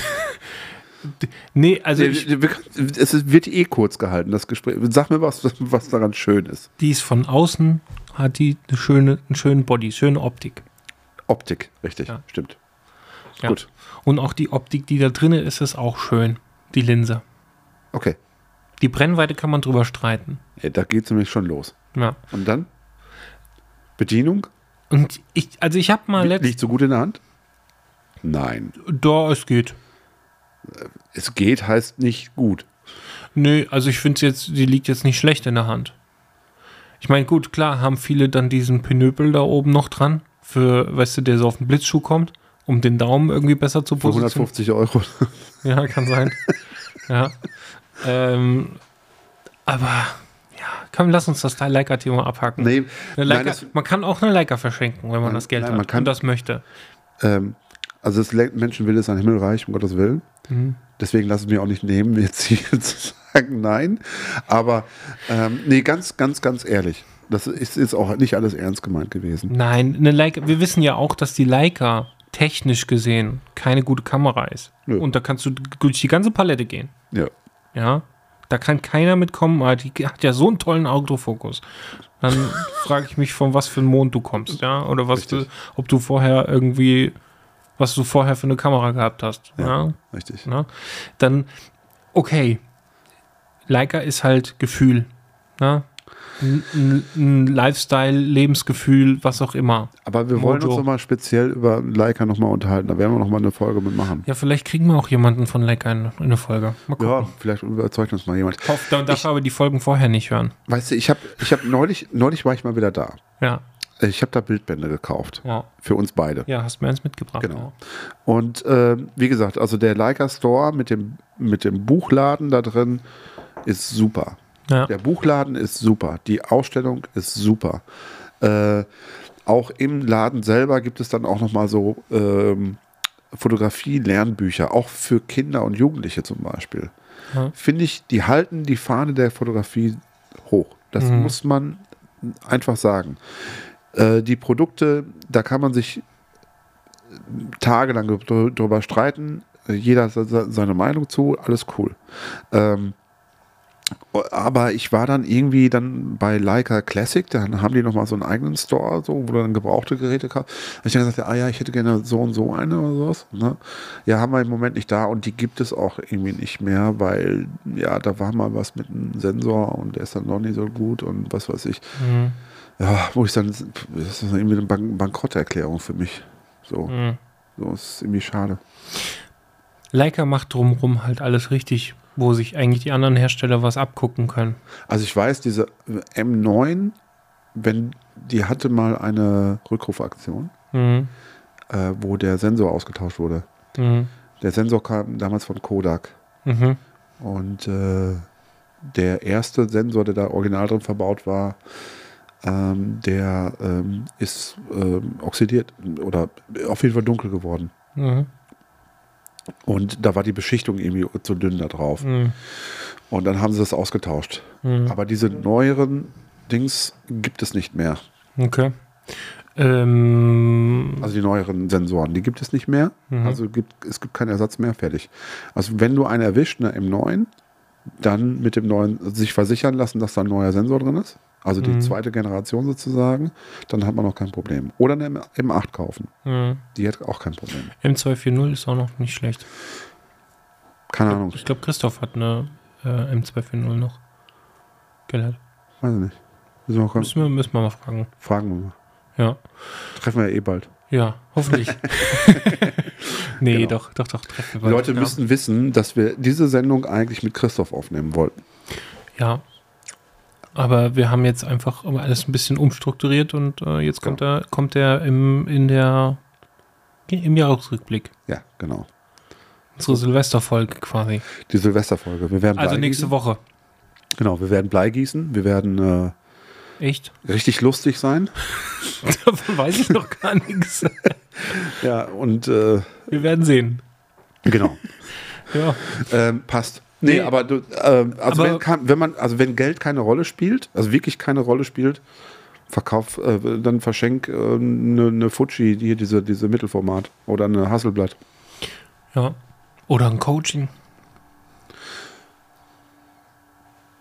S3: d- nee, also ich,
S2: Wir- wir- es ist- wird eh kurz gehalten, das Gespräch. Sag mir was, was daran schön ist.
S3: die ist von außen, hat die eine schöne, einen schönen Body, schöne Optik.
S2: Optik, richtig,
S3: Ja.
S2: stimmt.
S3: Ja.
S2: Gut.
S3: Und auch die Optik, die da drin ist, ist auch schön. Die Linse.
S2: Okay,
S3: Die Brennweite kann man drüber streiten.
S2: ja, da geht es nämlich schon los.
S3: Ja.
S2: Und dann? Bedienung?
S3: Und ich, also ich habe mal letztens.
S2: Liegt so gut in der Hand? Nein.
S3: Da, es geht.
S2: Es geht heißt nicht gut.
S3: Nö, also ich finde jetzt, die liegt jetzt nicht schlecht in der Hand. Ich meine, gut, klar haben viele dann diesen Pinöpel da oben noch dran, für, weißt du, der so auf den Blitzschuh kommt, um den Daumen irgendwie besser zu
S2: Für
S3: positionieren.
S2: 150 Euro.
S3: Ja, kann sein. ja. Ähm, aber, ja, komm, lass uns das Leica-Thema abhaken.
S2: nee,
S3: Eine
S2: nein,
S3: Leica,
S2: das,
S3: man kann auch eine Leica verschenken, wenn man
S2: Nein,
S3: das Geld
S2: nein,
S3: hat
S2: man kann-
S3: und das möchte.
S2: ähm, also das Le- Menschenwille ist ein Himmelreich, um Gottes Willen. Deswegen lasse ich mir auch nicht nehmen, jetzt hier zu sagen nein. Aber ähm, nee, ganz, ganz, ganz ehrlich. Das ist, ist auch nicht alles ernst gemeint gewesen.
S3: Nein, eine Leica, wir wissen ja auch, dass die Leica technisch gesehen keine gute Kamera ist.
S2: Nö.
S3: Und da kannst du durch die ganze Palette gehen.
S2: Ja.
S3: Ja, da kann keiner mitkommen, aber die hat ja so einen tollen Autofokus. Dann frage ich mich, von was für einem Mond du kommst, ja, oder was du, ob du vorher irgendwie, was du vorher für eine Kamera gehabt hast.
S2: Ja.
S3: Ja.
S2: Richtig.
S3: Ne? Dann, okay, Leica ist halt Gefühl. Ne? Ein, ein, ein Lifestyle, Lebensgefühl, was auch immer.
S2: Aber wir wollen uns
S3: Mojo.
S2: nochmal speziell über Leica nochmal unterhalten. Da werden wir nochmal eine Folge mitmachen.
S3: Ja, vielleicht kriegen wir auch jemanden von Leica in, in eine Folge. Mal gucken.
S2: Ja, vielleicht überzeugt uns mal jemand.
S3: Ich hoffe, da darf aber die Folgen vorher nicht hören.
S2: Weißt du, ich habe ich hab neulich, neulich war ich mal wieder da.
S3: Ja,
S2: Ich habe da Bildbände gekauft.
S3: ja.
S2: Für uns beide.
S3: Ja, hast mir eins mitgebracht.
S2: Genau. Und ähm, wie gesagt, also der Leica Store mit dem, mit dem Buchladen da drin ist super.
S3: Ja.
S2: Der Buchladen ist super. Die Ausstellung ist super. Äh, auch im Laden selber gibt es dann auch nochmal so ähm, Fotografie-Lernbücher, auch für Kinder und Jugendliche zum Beispiel.
S3: Ja.
S2: Finde ich, die halten die Fahne der Fotografie hoch. Das
S3: Mhm.
S2: muss man einfach sagen. Äh, die Produkte, da kann man sich äh, tagelang dr- drüber streiten. Jeder hat se- seine Meinung zu, alles cool. Ähm, aber ich war dann irgendwie dann bei Leica Classic, dann haben die nochmal so einen eigenen Store, so, wo du dann gebrauchte Geräte kaufst. Und ich dann gesagt, ah ja, ich hätte gerne so und so eine oder sowas. Ne? Ja, haben wir im Moment nicht da und die gibt es auch irgendwie nicht mehr, weil ja, da war mal was mit einem Sensor und der ist dann noch nicht so gut und was weiß ich.
S3: Mhm.
S2: Ja, wo ich dann, pff, das ist irgendwie eine Bank Bankrotterklärung für mich. So,
S3: Mhm.
S2: so ist irgendwie schade.
S3: Leica macht drumherum halt alles richtig, wo sich eigentlich die anderen Hersteller was abgucken können.
S2: Also ich weiß, diese M9, wenn die hatte mal eine Rückrufaktion,
S3: Mhm.
S2: äh, wo der Sensor ausgetauscht wurde.
S3: Mhm.
S2: Der Sensor kam damals von Kodak
S3: Mhm.
S2: und äh, der erste Sensor, der da original drin verbaut war, ähm, der ähm, ist ähm, oxidiert oder auf jeden Fall dunkel geworden.
S3: Mhm.
S2: Und da war die Beschichtung irgendwie zu dünn da drauf.
S3: Mhm.
S2: Und dann haben sie das ausgetauscht.
S3: Mhm.
S2: Aber diese neueren Dings gibt es nicht mehr.
S3: Okay. Ähm,
S2: Also die neueren Sensoren, die gibt es nicht mehr.
S3: Mhm.
S2: Also gibt, es gibt keinen Ersatz mehr, fertig. Also wenn du einen erwischt, ne, im neuen, dann mit dem neuen sich versichern lassen, dass da ein neuer Sensor drin ist. Also die
S3: Mhm.
S2: zweite Generation sozusagen, dann hat man noch kein Problem. Oder eine M8 kaufen.
S3: mhm.
S2: Die hat auch kein Problem.
S3: M240 ist auch noch nicht schlecht.
S2: Keine Ahnung,
S3: Ich glaube, Christoph hat eine äh, M240 noch. Gell,
S2: weiß ich nicht. Müssen wir, mal,
S3: müssen wir, müssen wir mal fragen.
S2: fragen wir mal.
S3: Ja.
S2: Treffen wir ja eh bald.
S3: Ja, hoffentlich. nee,
S2: Genau.
S3: doch, doch, doch. Treffen
S2: Die
S3: wir
S2: Leute
S3: ja.
S2: müssen wissen, dass wir diese Sendung eigentlich mit Christoph aufnehmen wollten.
S3: Ja. Aber wir haben jetzt einfach alles ein bisschen umstrukturiert und äh, jetzt kommt er, kommt er im, in der, im Jahresrückblick.
S2: Ja, genau.
S3: Unsere Silvesterfolge quasi.
S2: Die Silvesterfolge. Wir werden
S3: Also
S2: Blei
S3: nächste
S2: gießen.
S3: Woche.
S2: Genau, wir werden Blei gießen. Wir werden
S3: Echt?
S2: äh, richtig lustig sein.
S3: Davon weiß ich noch gar nichts.
S2: Ja, und äh,
S3: Wir werden sehen.
S2: genau.
S3: Ja.
S2: ähm, passt. Nee,
S3: Nee.
S2: aber du, ähm, also
S3: Aber-
S2: wenn, kann, wenn man, also wenn Geld keine Rolle spielt, also wirklich keine Rolle spielt, verkauf, äh, dann verschenk äh, eine eine Fuji, hier diese, diese Mittelformat oder eine Hasselblatt.
S3: ja. Oder ein Coaching.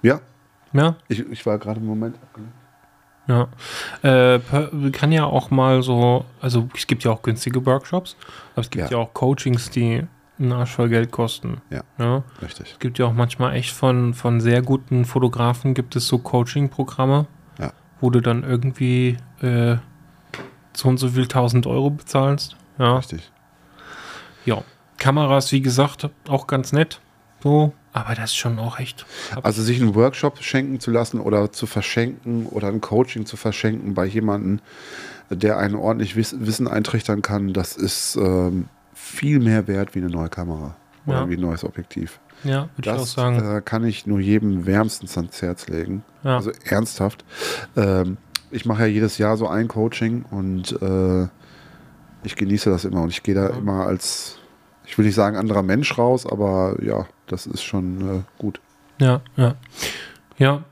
S2: Ja,
S3: Ja.
S2: ich, ich war gerade im Moment. abgelenkt.
S3: Ja. Äh, per- kann ja auch mal so, also es gibt ja auch günstige Workshops, aber es gibt
S2: Ja.
S3: ja, auch Coachings, die einen Arsch voll Geld kosten.
S2: Ja.
S3: ja.
S2: Richtig.
S3: Es gibt ja auch manchmal echt von, von sehr guten Fotografen gibt es so Coaching-Programme,
S2: Ja.
S3: wo du dann irgendwie äh, so und so viel 1000 Euro bezahlst. Ja.
S2: Richtig.
S3: ja. Kameras, wie gesagt, auch ganz nett. So, aber das ist schon auch echt.
S2: Also sich einen Workshop schenken zu lassen oder zu verschenken oder ein Coaching zu verschenken bei jemandem, der einen ordentlich Wiss Wissen eintrichtern kann, das ist ähm, viel mehr wert wie eine neue Kamera
S3: Ja.
S2: oder wie ein neues Objektiv.
S3: Ja, würde ich auch
S2: Das
S3: sagen.
S2: äh, kann ich nur jedem wärmstens ans Herz legen.
S3: Ja.
S2: Also ernsthaft. Ähm, ich mache ja jedes Jahr so ein Coaching und äh, ich genieße das immer und ich gehe da immer als, ich will nicht sagen anderer Mensch raus, aber ja, das ist schon äh, gut.
S3: Ja, ja. Ja.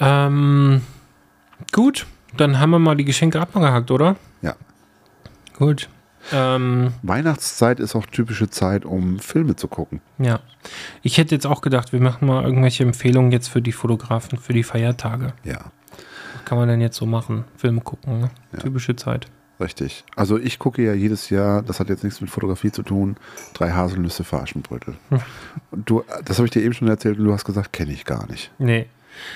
S3: Ähm, gut, dann haben wir mal die Geschenke abgehakt, oder?
S2: Ja.
S3: Gut. Ähm,
S2: Weihnachtszeit ist auch typische Zeit, um Filme zu gucken.
S3: ja. Ich hätte jetzt auch gedacht, wir machen mal irgendwelche Empfehlungen jetzt für die Fotografen, für die Feiertage.
S2: Ja,
S3: Was kann man denn jetzt so machen? Filme gucken, ne? Typische Zeit.
S2: richtig. Also ich gucke ja jedes Jahr, das hat jetzt nichts mit Fotografie zu tun, drei Haselnüsse für Aschenbrötel. Und du, das habe ich dir eben schon erzählt und du hast gesagt, kenne ich gar nicht.
S3: Nee.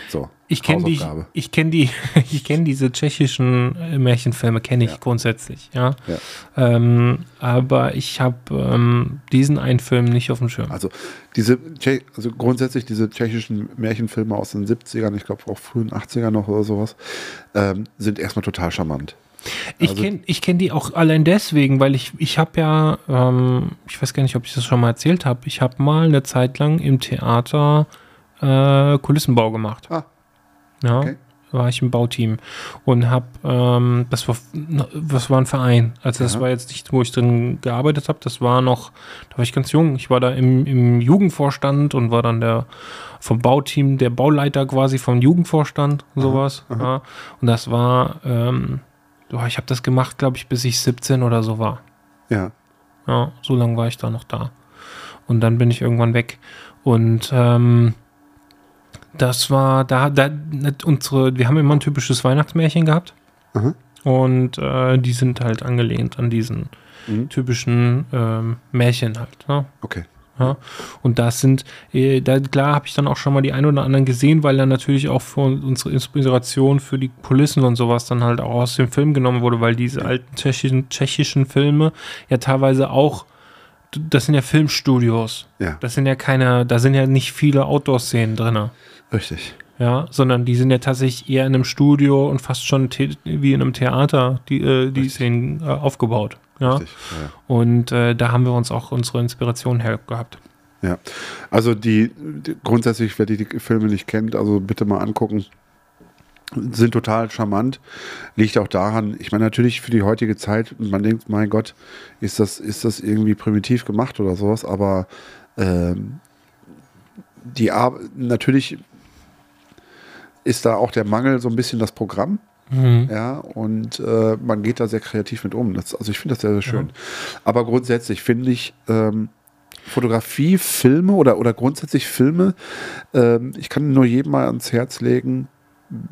S2: So,
S3: Ich kenne die,
S2: Hausaufgabe.
S3: ich kenne die, ich kenne diese tschechischen äh, Märchenfilme, kenne ich
S2: Ja.
S3: grundsätzlich, ja.
S2: Ja.
S3: Ähm, aber ich habe ähm, diesen einen Film nicht auf dem Schirm.
S2: Also diese, Tsche- also grundsätzlich diese tschechischen Märchenfilme aus den 70ern, ich glaube auch frühen 80ern noch oder sowas, ähm, sind erstmal total charmant.
S3: Ich
S2: Also-
S3: kenne ich kenn die auch allein deswegen, weil ich, ich habe ja, ähm, ich weiß gar nicht, ob ich das schon mal erzählt habe, ich habe mal eine Zeit lang im Theater äh, Kulissenbau gemacht.
S2: Ah.
S3: Ja,
S2: Okay.
S3: war ich im Bauteam und habe, ähm, das, war, das war ein Verein. Also das
S2: Ja.
S3: war jetzt nicht, wo ich drin gearbeitet habe, das war noch, da war ich ganz jung. Ich war da im, im Jugendvorstand und war dann der vom Bauteam, der Bauleiter quasi vom Jugendvorstand, sowas. Ja. Und das war, ähm, boah, ich habe das gemacht, glaube ich, bis ich 17 oder so war.
S2: Ja,
S3: Ja, so lange war ich da noch da. Und dann bin ich irgendwann weg. Und ähm, das war da, da nicht unsere, wir haben immer ein typisches Weihnachtsmärchen gehabt.
S2: Aha.
S3: Und äh, die sind halt angelehnt an diesen
S2: Mhm.
S3: typischen ähm, Märchen halt. Ne?
S2: okay.
S3: Ja, und das sind, äh, da, klar habe ich dann auch schon mal die ein oder anderen gesehen, weil dann natürlich auch für unsere Inspiration für die Kulissen und sowas dann halt auch aus dem Film genommen wurde, weil diese alten tschechischen, tschechischen Filme ja teilweise auch, das sind ja Filmstudios,
S2: Ja,
S3: das sind ja keine, da sind ja nicht viele Outdoor-Szenen drin,
S2: richtig.
S3: ja, sondern die sind ja tatsächlich eher in einem Studio und fast schon the- wie in einem Theater die, äh, die Szenen äh, aufgebaut, ja,
S2: richtig. Ja, ja.
S3: und äh, da haben wir uns auch unsere Inspiration her gehabt.
S2: Ja, also die, die grundsätzlich, wer die, die Filme nicht kennt, also bitte mal angucken. Sind total charmant. Liegt auch daran, ich meine, natürlich für die heutige Zeit, man denkt, mein Gott, ist das, ist das irgendwie primitiv gemacht oder sowas, aber ähm, die Ar natürlich ist da auch der Mangel so ein bisschen das Programm. Ja, und äh, man geht da sehr kreativ mit um. Das, also ich finde das sehr, sehr schön. Aber grundsätzlich finde ich ähm, Fotografie, Filme oder, oder grundsätzlich Filme, ähm, ich kann nur jedem mal ans Herz legen,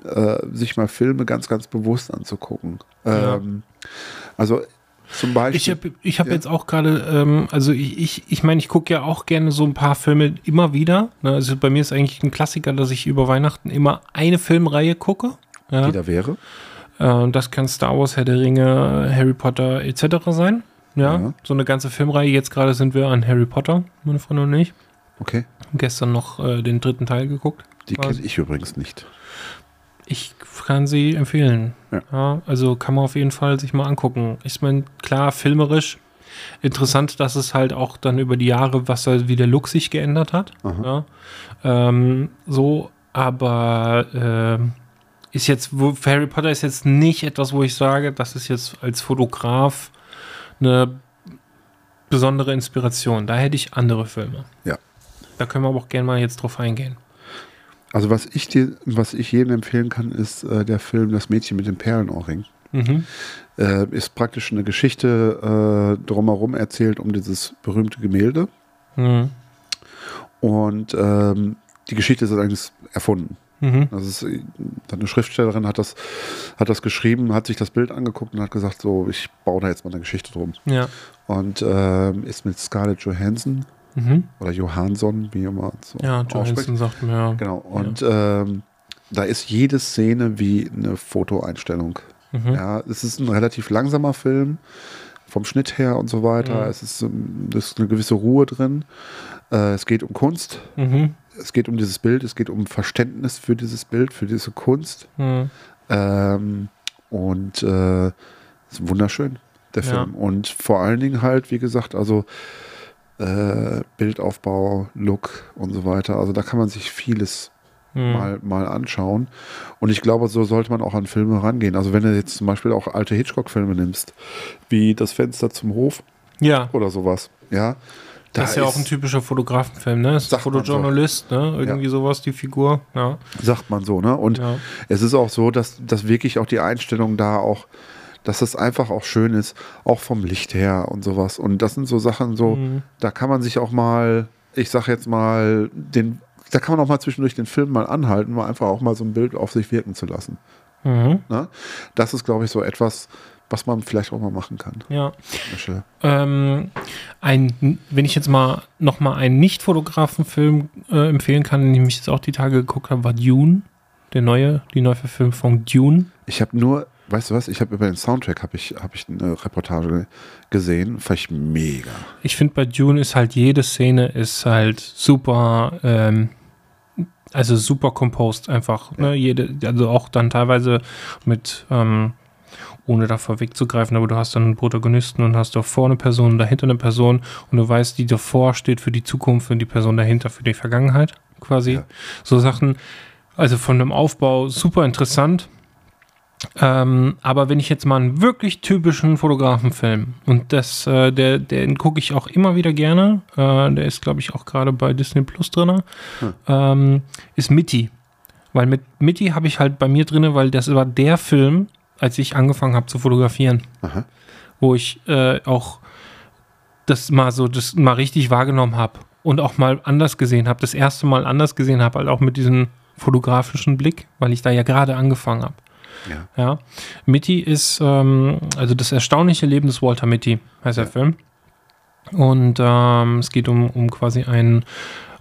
S2: äh, sich mal Filme ganz, ganz bewusst anzugucken.
S3: Ja.
S2: Ähm, Also zum Beispiel.
S3: Ich habe ich hab
S2: Ja.
S3: jetzt auch gerade, ähm, also ich ich, ich, meine, ich gucke ja auch gerne so ein paar Filme immer wieder. Ne? Also bei mir ist eigentlich ein Klassiker, dass ich über Weihnachten immer eine Filmreihe gucke. Ja?
S2: die da wäre.
S3: Äh, das kann Star Wars, Herr der Ringe, Harry Potter etc. sein. Ja?
S2: Ja.
S3: so eine ganze Filmreihe. Jetzt gerade sind wir an Harry Potter, meine Freundin und ich.
S2: Okay.
S3: Haben Gestern noch äh, den dritten Teil geguckt.
S2: Die
S3: Was?
S2: kenne ich übrigens nicht.
S3: Ich kann sie empfehlen.
S2: Ja.
S3: Ja. also kann man auf jeden Fall sich mal angucken. Ich meine, klar, filmerisch interessant, dass es halt auch dann über die Jahre, was da wie der Look sich geändert hat. Ja. Ähm, so, aber ähm, ist jetzt, wo, Harry Potter ist jetzt nicht etwas, wo ich sage, das ist jetzt als Fotograf eine besondere Inspiration. Da hätte ich andere Filme.
S2: Ja.
S3: Da können wir aber auch gerne mal jetzt drauf eingehen.
S2: Also was ich dir, was ich jedem empfehlen kann, ist äh, der Film Das Mädchen mit dem Perlenohrring.
S3: Mhm.
S2: äh, ist praktisch eine Geschichte äh, drumherum erzählt um dieses berühmte Gemälde.
S3: Mhm.
S2: Und ähm, die Geschichte ist eigentlich erfunden.
S3: Mhm.
S2: Das ist, äh, eine Schriftstellerin hat das, hat das geschrieben, hat sich das Bild angeguckt und hat gesagt, so, ich baue da jetzt mal eine Geschichte drum.
S3: Ja.
S2: Und ähm, ist mit Scarlett Johansson
S3: Mhm.
S2: oder Johansson, wie immer so
S3: Ja,
S2: ausspricht.
S3: Johansson sagt mir, ja.
S2: Genau. Und ähm, da ist jede Szene wie eine Fotoeinstellung.
S3: Mhm. Hm?
S2: Ja, es ist ein relativ langsamer Film vom Schnitt her und so weiter. Es ist, ähm, da ist eine gewisse Ruhe drin. Äh, es geht um Kunst.
S3: Mhm.
S2: Es geht um dieses Bild. Es geht um Verständnis für dieses Bild, für diese Kunst.
S3: Mhm.
S2: Ähm, und äh, ist wunderschön, der
S3: Ja.
S2: Film. Und vor allen Dingen halt, wie gesagt, also äh, Bildaufbau, Look und so weiter. Also da kann man sich vieles
S3: Mhm. Hm.
S2: mal, mal anschauen. Und ich glaube, so sollte man auch an Filme rangehen. Also wenn du jetzt zum Beispiel auch alte Hitchcock-Filme nimmst, wie Das Fenster zum Hof
S3: Ja,
S2: oder sowas, ja, Da
S3: das ist ja auch ein typischer Fotografenfilm, ne? Das ist ein
S2: Sagt man
S3: Fotojournalist, ne? Irgendwie sowas, die Figur. Ja.
S2: sagt man so, ne? Und
S3: Ja.
S2: es ist auch so, dass, dass wirklich auch die Einstellung da auch, dass das einfach auch schön ist, auch vom Licht her und sowas. Und das sind so Sachen, so,
S3: Mhm.
S2: da kann man sich auch mal, ich sag jetzt mal, den, da kann man auch mal zwischendurch den Film mal anhalten, mal einfach auch mal so ein Bild auf sich wirken zu lassen.
S3: Mhm.
S2: Ne? Das ist, glaube ich, so etwas, was man vielleicht auch mal machen kann.
S3: ja.
S2: an der Stelle.
S3: Ähm, ein, wenn ich jetzt mal nochmal einen Nicht-Fotografen-Film äh, empfehlen kann, den ich mich jetzt auch die Tage geguckt habe, war Dune. Der neue, die Neuverfilmung von Dune.
S2: Ich habe nur, weißt du was, ich habe über den Soundtrack habe ich, hab ich eine Reportage gesehen, fand ich mega.
S3: Ich finde, bei Dune ist halt jede Szene ist halt super, ähm, also super composed einfach. Ne? Jede, also auch dann teilweise mit, ähm, ohne da vorwegzugreifen, aber du hast dann einen Protagonisten und hast da vorne eine Person, dahinter eine Person und du weißt, die davor steht für die Zukunft und die Person dahinter für die Vergangenheit quasi.
S2: Ja.
S3: So Sachen, also von dem Aufbau super interessant. Ähm, aber wenn ich jetzt mal einen wirklich typischen Fotografenfilm und das, äh, der, den gucke ich auch immer wieder gerne, äh, der ist glaube ich auch gerade bei Disney Plus drin, ähm, ist Mitty. Weil mit Mitty habe ich halt bei mir drin, weil das war der Film, als ich angefangen habe zu fotografieren,
S2: Aha.
S3: wo ich äh, auch das mal so, das mal richtig wahrgenommen habe und auch mal anders gesehen habe, das erste Mal anders gesehen habe, halt auch mit diesem fotografischen Blick, weil ich da ja gerade angefangen habe.
S2: Ja.
S3: Ja. Mitty ist, ähm, also das erstaunliche Leben des Walter Mitty, heißt der Film. Und ähm, es geht um, um quasi einen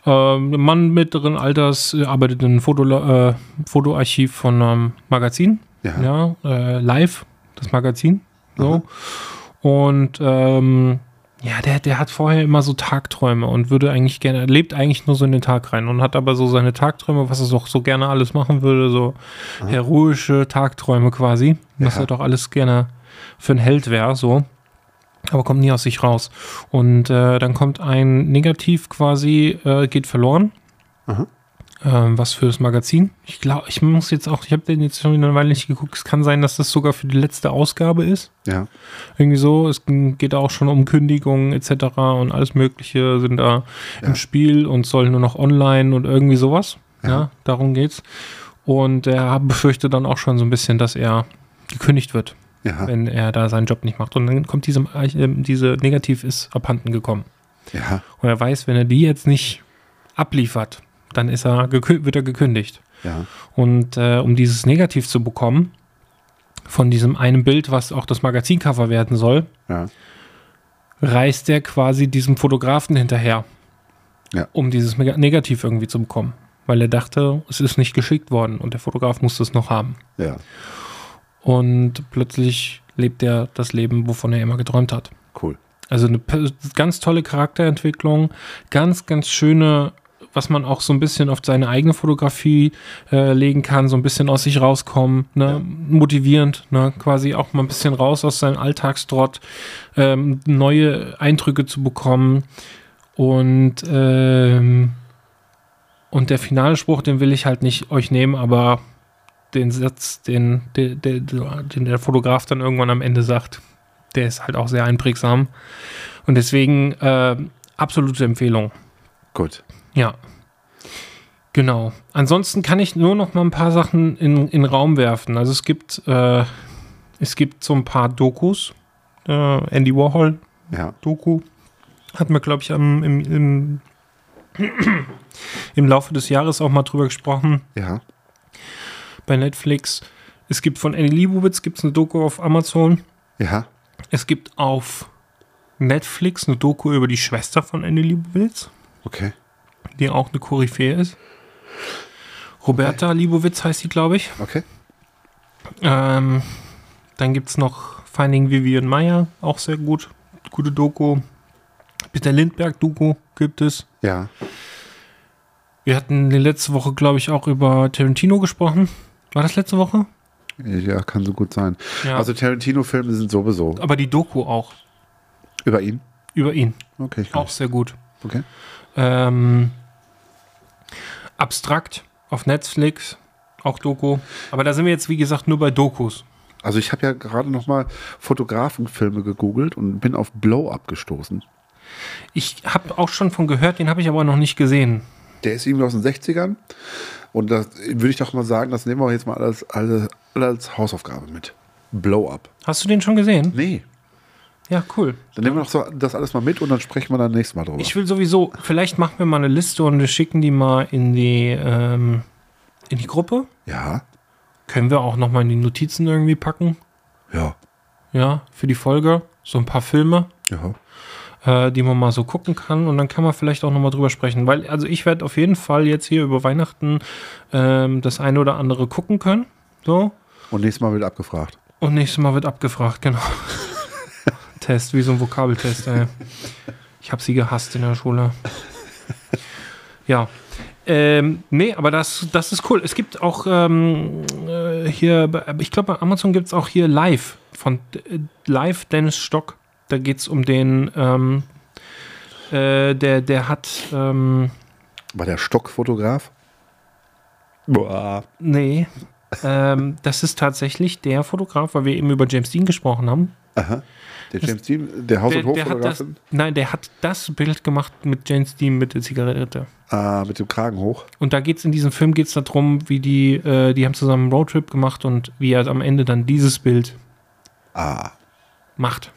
S3: ähm, Mann mittleren Alters, äh, arbeitet in einem Foto, äh, Fotoarchiv von einem Magazin.
S2: Ja.
S3: Ja, äh, live, das Magazin. So. Und ähm, ja, der, der hat vorher immer so Tagträume und würde eigentlich gerne, lebt eigentlich nur so in den Tag rein und hat aber so seine Tagträume, was er doch so gerne alles machen würde, so heroische Tagträume quasi, was
S2: Ja.
S3: er doch alles gerne für ein Held wäre, so. Aber kommt nie aus sich raus. Und äh, dann kommt ein Negativ quasi, äh, geht verloren.
S2: Aha.
S3: Ähm, was für das Magazin. Ich glaube, ich muss jetzt auch, ich habe den jetzt schon wieder eine Weile nicht geguckt. Es kann sein, dass das sogar für die letzte Ausgabe ist
S2: Ja.
S3: irgendwie so. Es ging- geht auch schon um Kündigungen etc. und alles Mögliche sind da
S2: Ja.
S3: im Spiel und soll nur noch online und irgendwie sowas.
S2: Ja.
S3: Ja, darum geht's. Und er befürchtet dann auch schon so ein bisschen, dass er gekündigt wird,
S2: Ja.
S3: wenn er da seinen Job nicht macht. Und dann kommt diese, äh, diese Negativ ist abhanden gekommen.
S2: Ja.
S3: Und er weiß, wenn er die jetzt nicht abliefert, dann ist er, gekü- wird er gekündigt.
S2: Ja.
S3: Und äh, um dieses Negativ zu bekommen, von diesem einen Bild, was auch das Magazincover werden soll,
S2: Ja.
S3: reist er quasi diesem Fotografen hinterher,
S2: Ja.
S3: um dieses Mega- Negativ irgendwie zu bekommen. Weil er dachte, es ist nicht geschickt worden und der Fotograf muss das noch haben.
S2: Ja.
S3: Und plötzlich lebt er das Leben, wovon er immer geträumt hat.
S2: Cool.
S3: Also eine pe- ganz tolle Charakterentwicklung, ganz, ganz schöne, was man auch so ein bisschen auf seine eigene Fotografie äh, legen kann, so ein bisschen aus sich rauskommen, ne? motivierend, ne? quasi auch mal ein bisschen raus aus seinem Alltagstrott, ähm, neue Eindrücke zu bekommen. Und, ähm, und der finale Spruch, den will ich halt nicht euch nehmen, aber den Satz, den, den, den, den der Fotograf dann irgendwann am Ende sagt, der ist halt auch sehr einprägsam. Und deswegen äh, absolute Empfehlung.
S2: Gut.
S3: Ja. Genau. Ansonsten kann ich nur noch mal ein paar Sachen in, in den Raum werfen. Also es gibt, äh, es gibt so ein paar Dokus. Äh, Andy Warhol,
S2: Ja.
S3: Doku. Hat man, glaube ich, am, im, im, im Laufe des Jahres auch mal drüber gesprochen
S2: Ja.
S3: bei Netflix. Es gibt von Annie Leibovitz gibt's eine Doku auf Amazon.
S2: Ja.
S3: Es gibt auf Netflix eine Doku über die Schwester von Annie Leibovitz,
S2: Okay.
S3: die auch eine Koryphäe ist. Roberta Leibovitz heißt sie, glaube ich.
S2: Okay.
S3: Ähm, dann gibt es noch Finding Vivian Meyer, auch sehr gut. Gute Doku. Peter Lindbergh-Doku gibt es.
S2: Ja.
S3: Wir hatten die letzte Woche, glaube ich, auch über Tarantino gesprochen. War das letzte Woche?
S2: Ja, kann so gut sein.
S3: Ja.
S2: Also Tarantino-Filme sind sowieso
S3: Aber die Doku auch
S2: über ihn.
S3: über ihn.
S2: Okay. ich-
S3: Auch sehr gut.
S2: Okay.
S3: Ähm, abstrakt auf Netflix, auch Doku. Aber da sind wir jetzt, wie gesagt, nur bei Dokus.
S2: Also ich habe ja gerade noch mal Fotografenfilme gegoogelt und bin auf Blow Up gestoßen.
S3: Ich habe auch schon von gehört, den habe ich aber noch nicht gesehen.
S2: Der ist irgendwie aus den 60ern. Und das würde ich doch mal sagen, das nehmen wir jetzt mal als, als, als Hausaufgabe mit. Blow-up.
S3: Hast du den schon gesehen?
S2: Nee.
S3: Ja, cool.
S2: Dann nehmen wir doch so das alles mal mit und dann sprechen wir dann nächstes Mal drüber.
S3: Ich will sowieso, vielleicht machen wir mal eine Liste und wir schicken die mal in die, ähm, in die Gruppe.
S2: ja,
S3: Können wir auch nochmal in die Notizen irgendwie packen.
S2: ja,
S3: Ja, für die Folge. So ein paar Filme,
S2: ja.
S3: äh, die man mal so gucken kann. Und dann kann man vielleicht auch nochmal drüber sprechen. Weil, also ich werde auf jeden Fall jetzt hier über Weihnachten ähm, das eine oder andere gucken können. So.
S2: Und nächstes Mal wird abgefragt.
S3: Und nächstes Mal wird abgefragt, genau. Test, wie so ein Vokabeltest, ey. Ich habe sie gehasst in der Schule. Ja. Ähm, nee, aber das, das ist cool. Es gibt auch ähm, äh, hier, bei- ich glaube, bei Amazon gibt es auch hier live von äh, live Dennis Stock. Da geht es um den, ähm, äh, der, der hat, ähm,
S2: War der Stockfotograf? Boah.
S3: nee, ähm, das ist tatsächlich der Fotograf, weil wir eben über James Dean gesprochen haben.
S2: Aha. Der James Dean, der Haus-
S3: Der,
S2: und
S3: der hat das,
S2: Hoffotografin.
S3: nein, der hat das Bild gemacht mit James Dean mit der Zigarette.
S2: Ah, mit dem Kragen hoch.
S3: Und da geht's in diesem Film geht's darum, wie die, äh, die haben zusammen einen Roadtrip gemacht und wie er am Ende dann dieses Bild
S2: Ah,
S3: macht.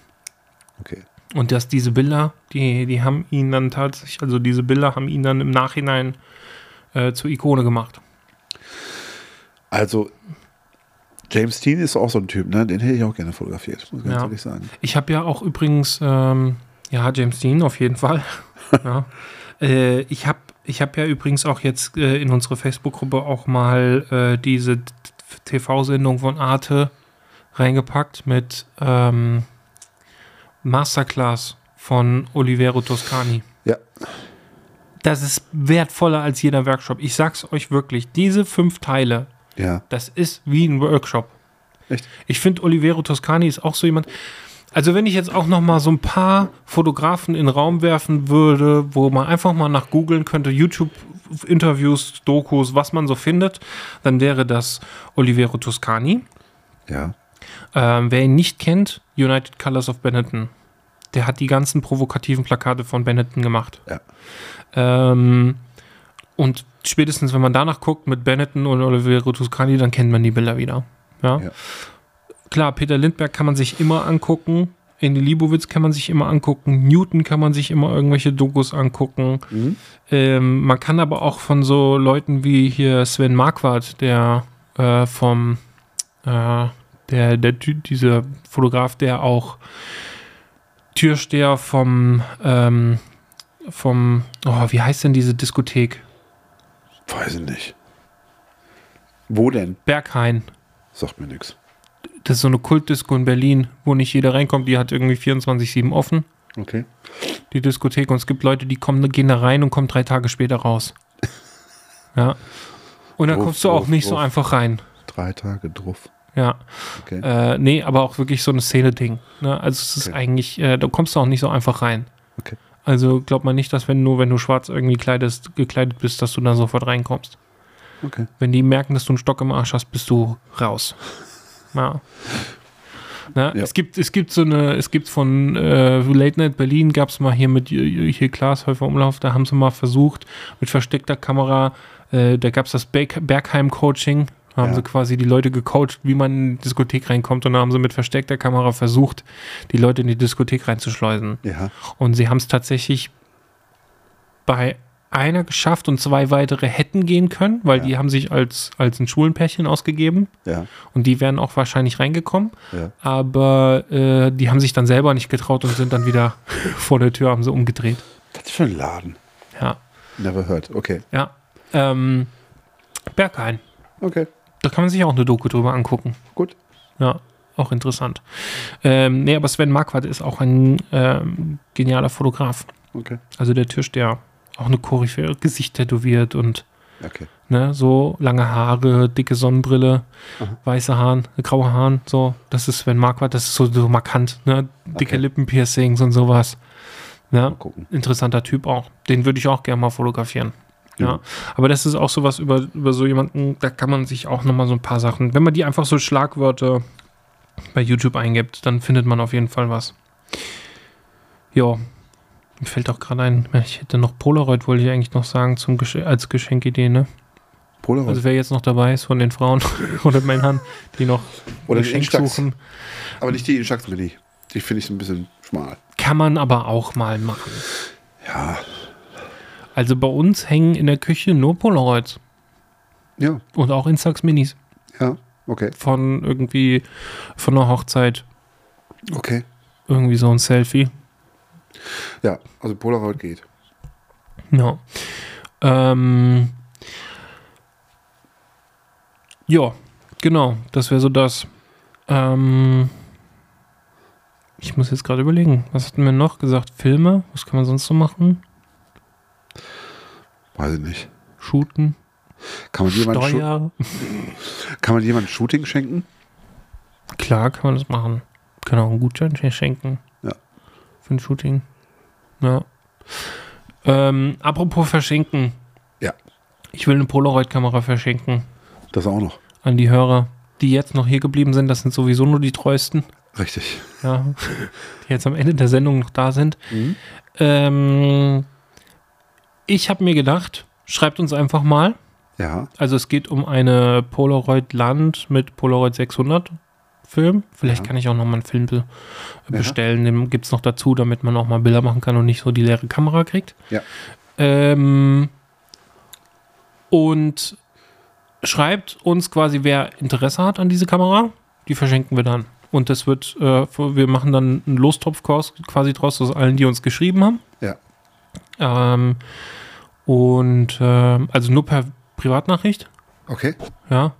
S2: okay.
S3: Und dass diese Bilder, die, die haben ihn dann tatsächlich, also diese Bilder haben ihn dann im Nachhinein äh, zur Ikone gemacht.
S2: Also, James Dean ist auch so ein Typ, ne? Den hätte ich auch gerne fotografiert, muss ich ganz
S3: Ja.
S2: ehrlich sagen.
S3: Ich habe ja auch übrigens, ähm, ja, James Dean auf jeden Fall. ja. äh, ich habe ich hab ja übrigens auch jetzt äh, in unserer Facebook-Gruppe auch mal äh, diese t- TV-Sendung von Arte reingepackt mit ähm, Masterclass von Olivero Toscani.
S2: Ja.
S3: Das ist wertvoller als jeder Workshop. Ich sag's euch wirklich, diese fünf Teile,
S2: Ja.
S3: das ist wie ein Workshop.
S2: Echt?
S3: Ich finde, Olivero Toscani ist auch so jemand. Also wenn ich jetzt auch noch mal so ein paar Fotografen in den Raum werfen würde, wo man einfach mal nach googeln könnte, YouTube-Interviews, Dokus, was man so findet, dann wäre das Olivero Toscani.
S2: Ja.
S3: Ähm, wer ihn nicht kennt, United Colors of Benetton. Der hat die ganzen provokativen Plakate von Benetton gemacht.
S2: Ja.
S3: Ähm, und spätestens, wenn man danach guckt mit Benetton und Olivero Toscani, dann kennt man die Bilder wieder. Ja?
S2: Ja.
S3: Klar, Peter Lindbergh kann man sich immer angucken. Andy Liebowitz kann man sich immer angucken. Newton kann man sich immer irgendwelche Dokus angucken.
S2: Mhm.
S3: Ähm, man kann aber auch von so Leuten wie hier Sven Marquardt, der äh, vom äh, der, der Ty- dieser Fotograf, der auch Türsteher vom ähm, vom oh, wie heißt denn diese Diskothek?
S2: Weiß ich nicht. Wo denn?
S3: Berghain.
S2: Sagt mir nichts.
S3: Das ist so eine Kultdisco in Berlin, wo nicht jeder reinkommt. Die hat irgendwie 24-7 offen,
S2: Okay.
S3: die Diskothek. Und es gibt Leute, die kommen, gehen da rein und kommen drei Tage später raus. Ja. Und da
S2: Wuff,
S3: kommst du auch
S2: wuff,
S3: nicht so
S2: wuff.
S3: einfach rein.
S2: Drei Tage drauf.
S3: Ja.
S2: Okay.
S3: Äh, nee, aber auch wirklich so eine Szene-Ding. Ne? Also es ist
S2: Okay.
S3: eigentlich, äh, da kommst du auch nicht so einfach rein.
S2: Okay.
S3: Also glaub mal nicht, dass wenn nur, wenn du schwarz irgendwie kleidest, gekleidet bist, dass du dann sofort reinkommst.
S2: Okay.
S3: Wenn die merken, dass du einen Stock im Arsch hast, bist du raus. Ja. Ne?
S2: Ja.
S3: Es gibt, es gibt so eine, es gibt von äh, Late Night Berlin gab es mal hier mit äh, hier Klaas Häufer Umlauf, da haben sie mal versucht, mit versteckter Kamera, äh, da gab es das Berg- Bergheim-Coaching, da haben
S2: Ja.
S3: sie quasi die Leute gecoacht, wie man in die Diskothek reinkommt und da haben sie mit versteckter Kamera versucht, die Leute in die Diskothek reinzuschleusen.
S2: Ja.
S3: Und sie haben es tatsächlich bei einer geschafft und zwei weitere hätten gehen können, weil
S2: Ja.
S3: die haben sich als, als ein Schulenpärchen ausgegeben
S2: Ja.
S3: und die wären auch wahrscheinlich reingekommen,
S2: Ja.
S3: aber äh, die haben sich dann selber nicht getraut und sind dann wieder vor der Tür, haben sie umgedreht.
S2: Was für ein Laden?
S3: Ja,
S2: Never heard. Okay.
S3: ja. Ähm, Berghain,
S2: Okay.
S3: da kann man sich auch eine Doku drüber angucken.
S2: Gut.
S3: Ja, auch interessant. Ähm, nee, aber Sven Marquardt ist auch ein ähm, genialer Fotograf.
S2: Okay.
S3: Also der Tisch, der auch eine Koryphäe, Gesicht tätowiert und
S2: Okay.
S3: ne, so lange Haare, dicke Sonnenbrille,
S2: Aha.
S3: weiße Haaren, äh, graue Haaren, so. Das ist Sven Marquardt, das ist so, so markant, ne? Dicke
S2: Okay.
S3: Lippenpiercings und sowas.
S2: Mal
S3: Ne?
S2: gucken.
S3: Interessanter Typ auch. Den würde ich auch gerne mal fotografieren. Ja.
S2: Ja.
S3: Aber das ist auch sowas über, über so jemanden, da kann man sich auch nochmal so ein paar Sachen, wenn man die einfach so Schlagwörter bei YouTube eingibt, dann findet man auf jeden Fall was. Ja. Mir fällt auch gerade ein, ich hätte noch Polaroid, wollte ich eigentlich noch sagen, zum Gesch als Geschenkidee, ne?
S2: Polaroid.
S3: Also wer jetzt noch dabei ist von den Frauen oder Männern, die noch
S2: Oder den
S3: Geschenk
S2: Instax.
S3: suchen,
S2: aber nicht die Inschaktsmini. Die finde ich so ein bisschen schmal.
S3: kann man aber auch mal machen.
S2: Ja.
S3: Also bei uns hängen in der Küche nur Polaroids
S2: Ja.
S3: und auch Instax Minis
S2: Ja. Okay.
S3: von irgendwie von einer Hochzeit,
S2: Okay.
S3: irgendwie so ein Selfie.
S2: Ja, also Polaroid geht.
S3: Ja. Ähm, ja, genau, das wäre so das. Ähm, ich muss jetzt gerade überlegen, was hatten wir noch gesagt? Filme, was kann man sonst so machen?
S2: Weiß ich nicht.
S3: Shooten,
S2: Kann man jemandem Schu-
S3: Steuer.
S2: kann man jemandem Shooting schenken?
S3: Klar kann man das machen. Kann auch einen Gutschein sch- schenken.
S2: Ja.
S3: Für ein Shooting. Ja. Ähm, apropos verschenken.
S2: Ja.
S3: Ich will eine Polaroid-Kamera verschenken
S2: Das auch noch.
S3: an die Hörer, die jetzt noch hier geblieben sind. Das sind sowieso nur die treuesten.
S2: Richtig.
S3: Ja. Die jetzt am Ende der Sendung noch da sind.
S2: Mhm.
S3: Ähm, ich habe mir gedacht, schreibt uns einfach mal.
S2: Ja.
S3: Also es geht um eine Polaroid Land mit Polaroid 600 Film. Vielleicht
S2: Ja.
S3: kann ich auch noch mal einen Film be bestellen. Den gibt es noch dazu, damit man auch mal Bilder machen kann und nicht so die leere Kamera kriegt.
S2: Ja.
S3: Ähm, und schreibt uns quasi, wer Interesse hat an diese Kamera. Die verschenken wir dann. Und das wird, äh, wir machen dann einen Lostopf quasi draus aus allen, die uns geschrieben haben.
S2: Ja.
S3: Ähm, und ähm, also nur per Privatnachricht,
S2: Okay.
S3: ja.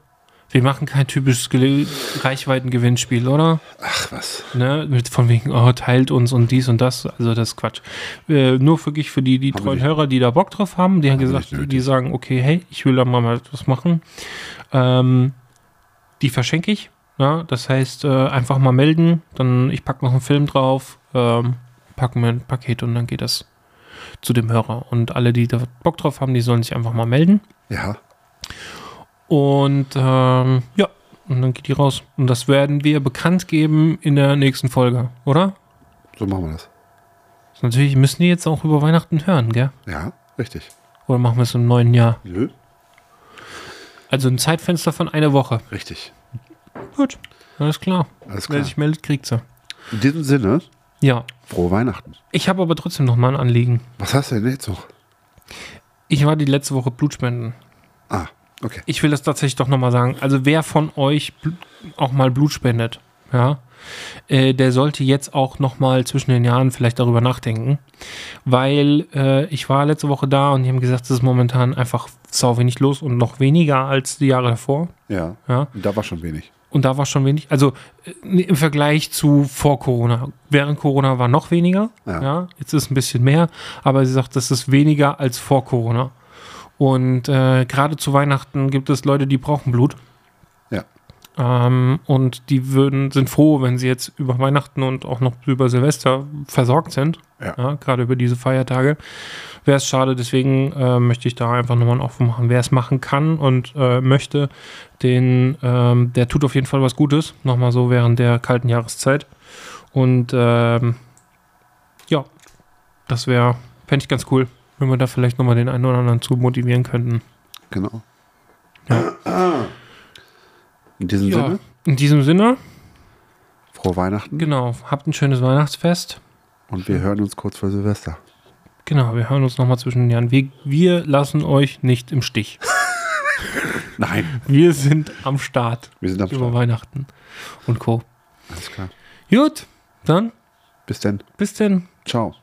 S3: Wir machen kein typisches Gele- Reichweitengewinnspiel, oder?
S2: Ach was.
S3: Ne? Mit, von wegen, oh, teilt uns und dies und das. Also das ist Quatsch. Äh, nur wirklich für die, die
S2: Haben wir
S3: treuen
S2: nicht.
S3: Hörer, die da Bock drauf haben, die haben
S2: wir
S3: gesagt,
S2: nicht nötig.
S3: die sagen, okay, hey, ich will da mal mal was machen. Ähm, die verschenke ich. Ja? Das heißt, äh, einfach mal melden, dann ich packe noch einen Film drauf, ähm, packen wir ein Paket und dann geht das zu dem Hörer. Und alle, die da Bock drauf haben, die sollen sich einfach mal melden.
S2: Ja.
S3: Und ähm, ja, und dann geht die raus. Und das werden wir bekannt geben in der nächsten Folge, oder?
S2: So
S3: Also
S2: machen wir das.
S3: Natürlich müssen die jetzt auch über Weihnachten hören, gell?
S2: Ja. Richtig.
S3: Oder machen wir es im neuen Jahr?
S2: Nö.
S3: Also ein Zeitfenster von einer Woche.
S2: Richtig.
S3: Gut, alles klar.
S2: Alles
S3: Wer
S2: klar.
S3: sich meldet, kriegt sie.
S2: In diesem Sinne,
S3: Ja.
S2: frohe Weihnachten.
S3: Ich habe aber trotzdem noch mal ein Anliegen.
S2: Was hast du denn jetzt noch?
S3: Ich war die letzte Woche Blutspenden.
S2: Ah, okay.
S3: ich will das tatsächlich doch nochmal sagen. Also wer von euch bl- auch mal Blut spendet, ja, äh, der sollte jetzt auch nochmal zwischen den Jahren vielleicht darüber nachdenken. Weil äh, ich war letzte Woche da und die haben gesagt, es ist momentan einfach sau wenig los und noch weniger als die Jahre davor.
S2: Ja.
S3: Ja.
S2: Und Da war schon wenig.
S3: Und da war schon wenig, also äh, nee, im Vergleich zu vor Corona. Während Corona war noch weniger.
S2: Ja.
S3: Ja. jetzt ist ein bisschen mehr, aber sie sagt, das ist weniger als vor Corona. Und äh, gerade zu Weihnachten gibt es Leute, die brauchen Blut.
S2: Ja.
S3: Ähm, und die würden, sind froh, wenn sie jetzt über Weihnachten und auch noch über Silvester versorgt sind.
S2: Ja.
S3: gerade über diese Feiertage. Wäre es schade, deswegen äh, möchte ich da einfach nochmal einen Aufruf machen. Wer es machen kann und äh, möchte, den, ähm, der tut auf jeden Fall was Gutes. Nochmal so während der kalten Jahreszeit. Und ähm, ja, das wäre, fände ich ganz cool, wenn wir da vielleicht nochmal den einen oder anderen zu motivieren könnten.
S2: Genau.
S3: Ja.
S2: In diesem
S3: Ja,
S2: Sinne,
S3: in diesem Sinne,
S2: frohe Weihnachten
S3: genau, habt ein schönes Weihnachtsfest.
S2: und wir hören uns kurz vor Silvester.
S3: Genau, wir hören uns nochmal zwischen den Jahren. Wir, wir lassen euch nicht im Stich.
S2: Nein,
S3: Wir sind am Start
S2: wir sind am
S3: über
S2: Start.
S3: Weihnachten und Co.
S2: Alles klar.
S3: Gut, dann
S2: Bis dann.
S3: bis denn.
S2: Ciao.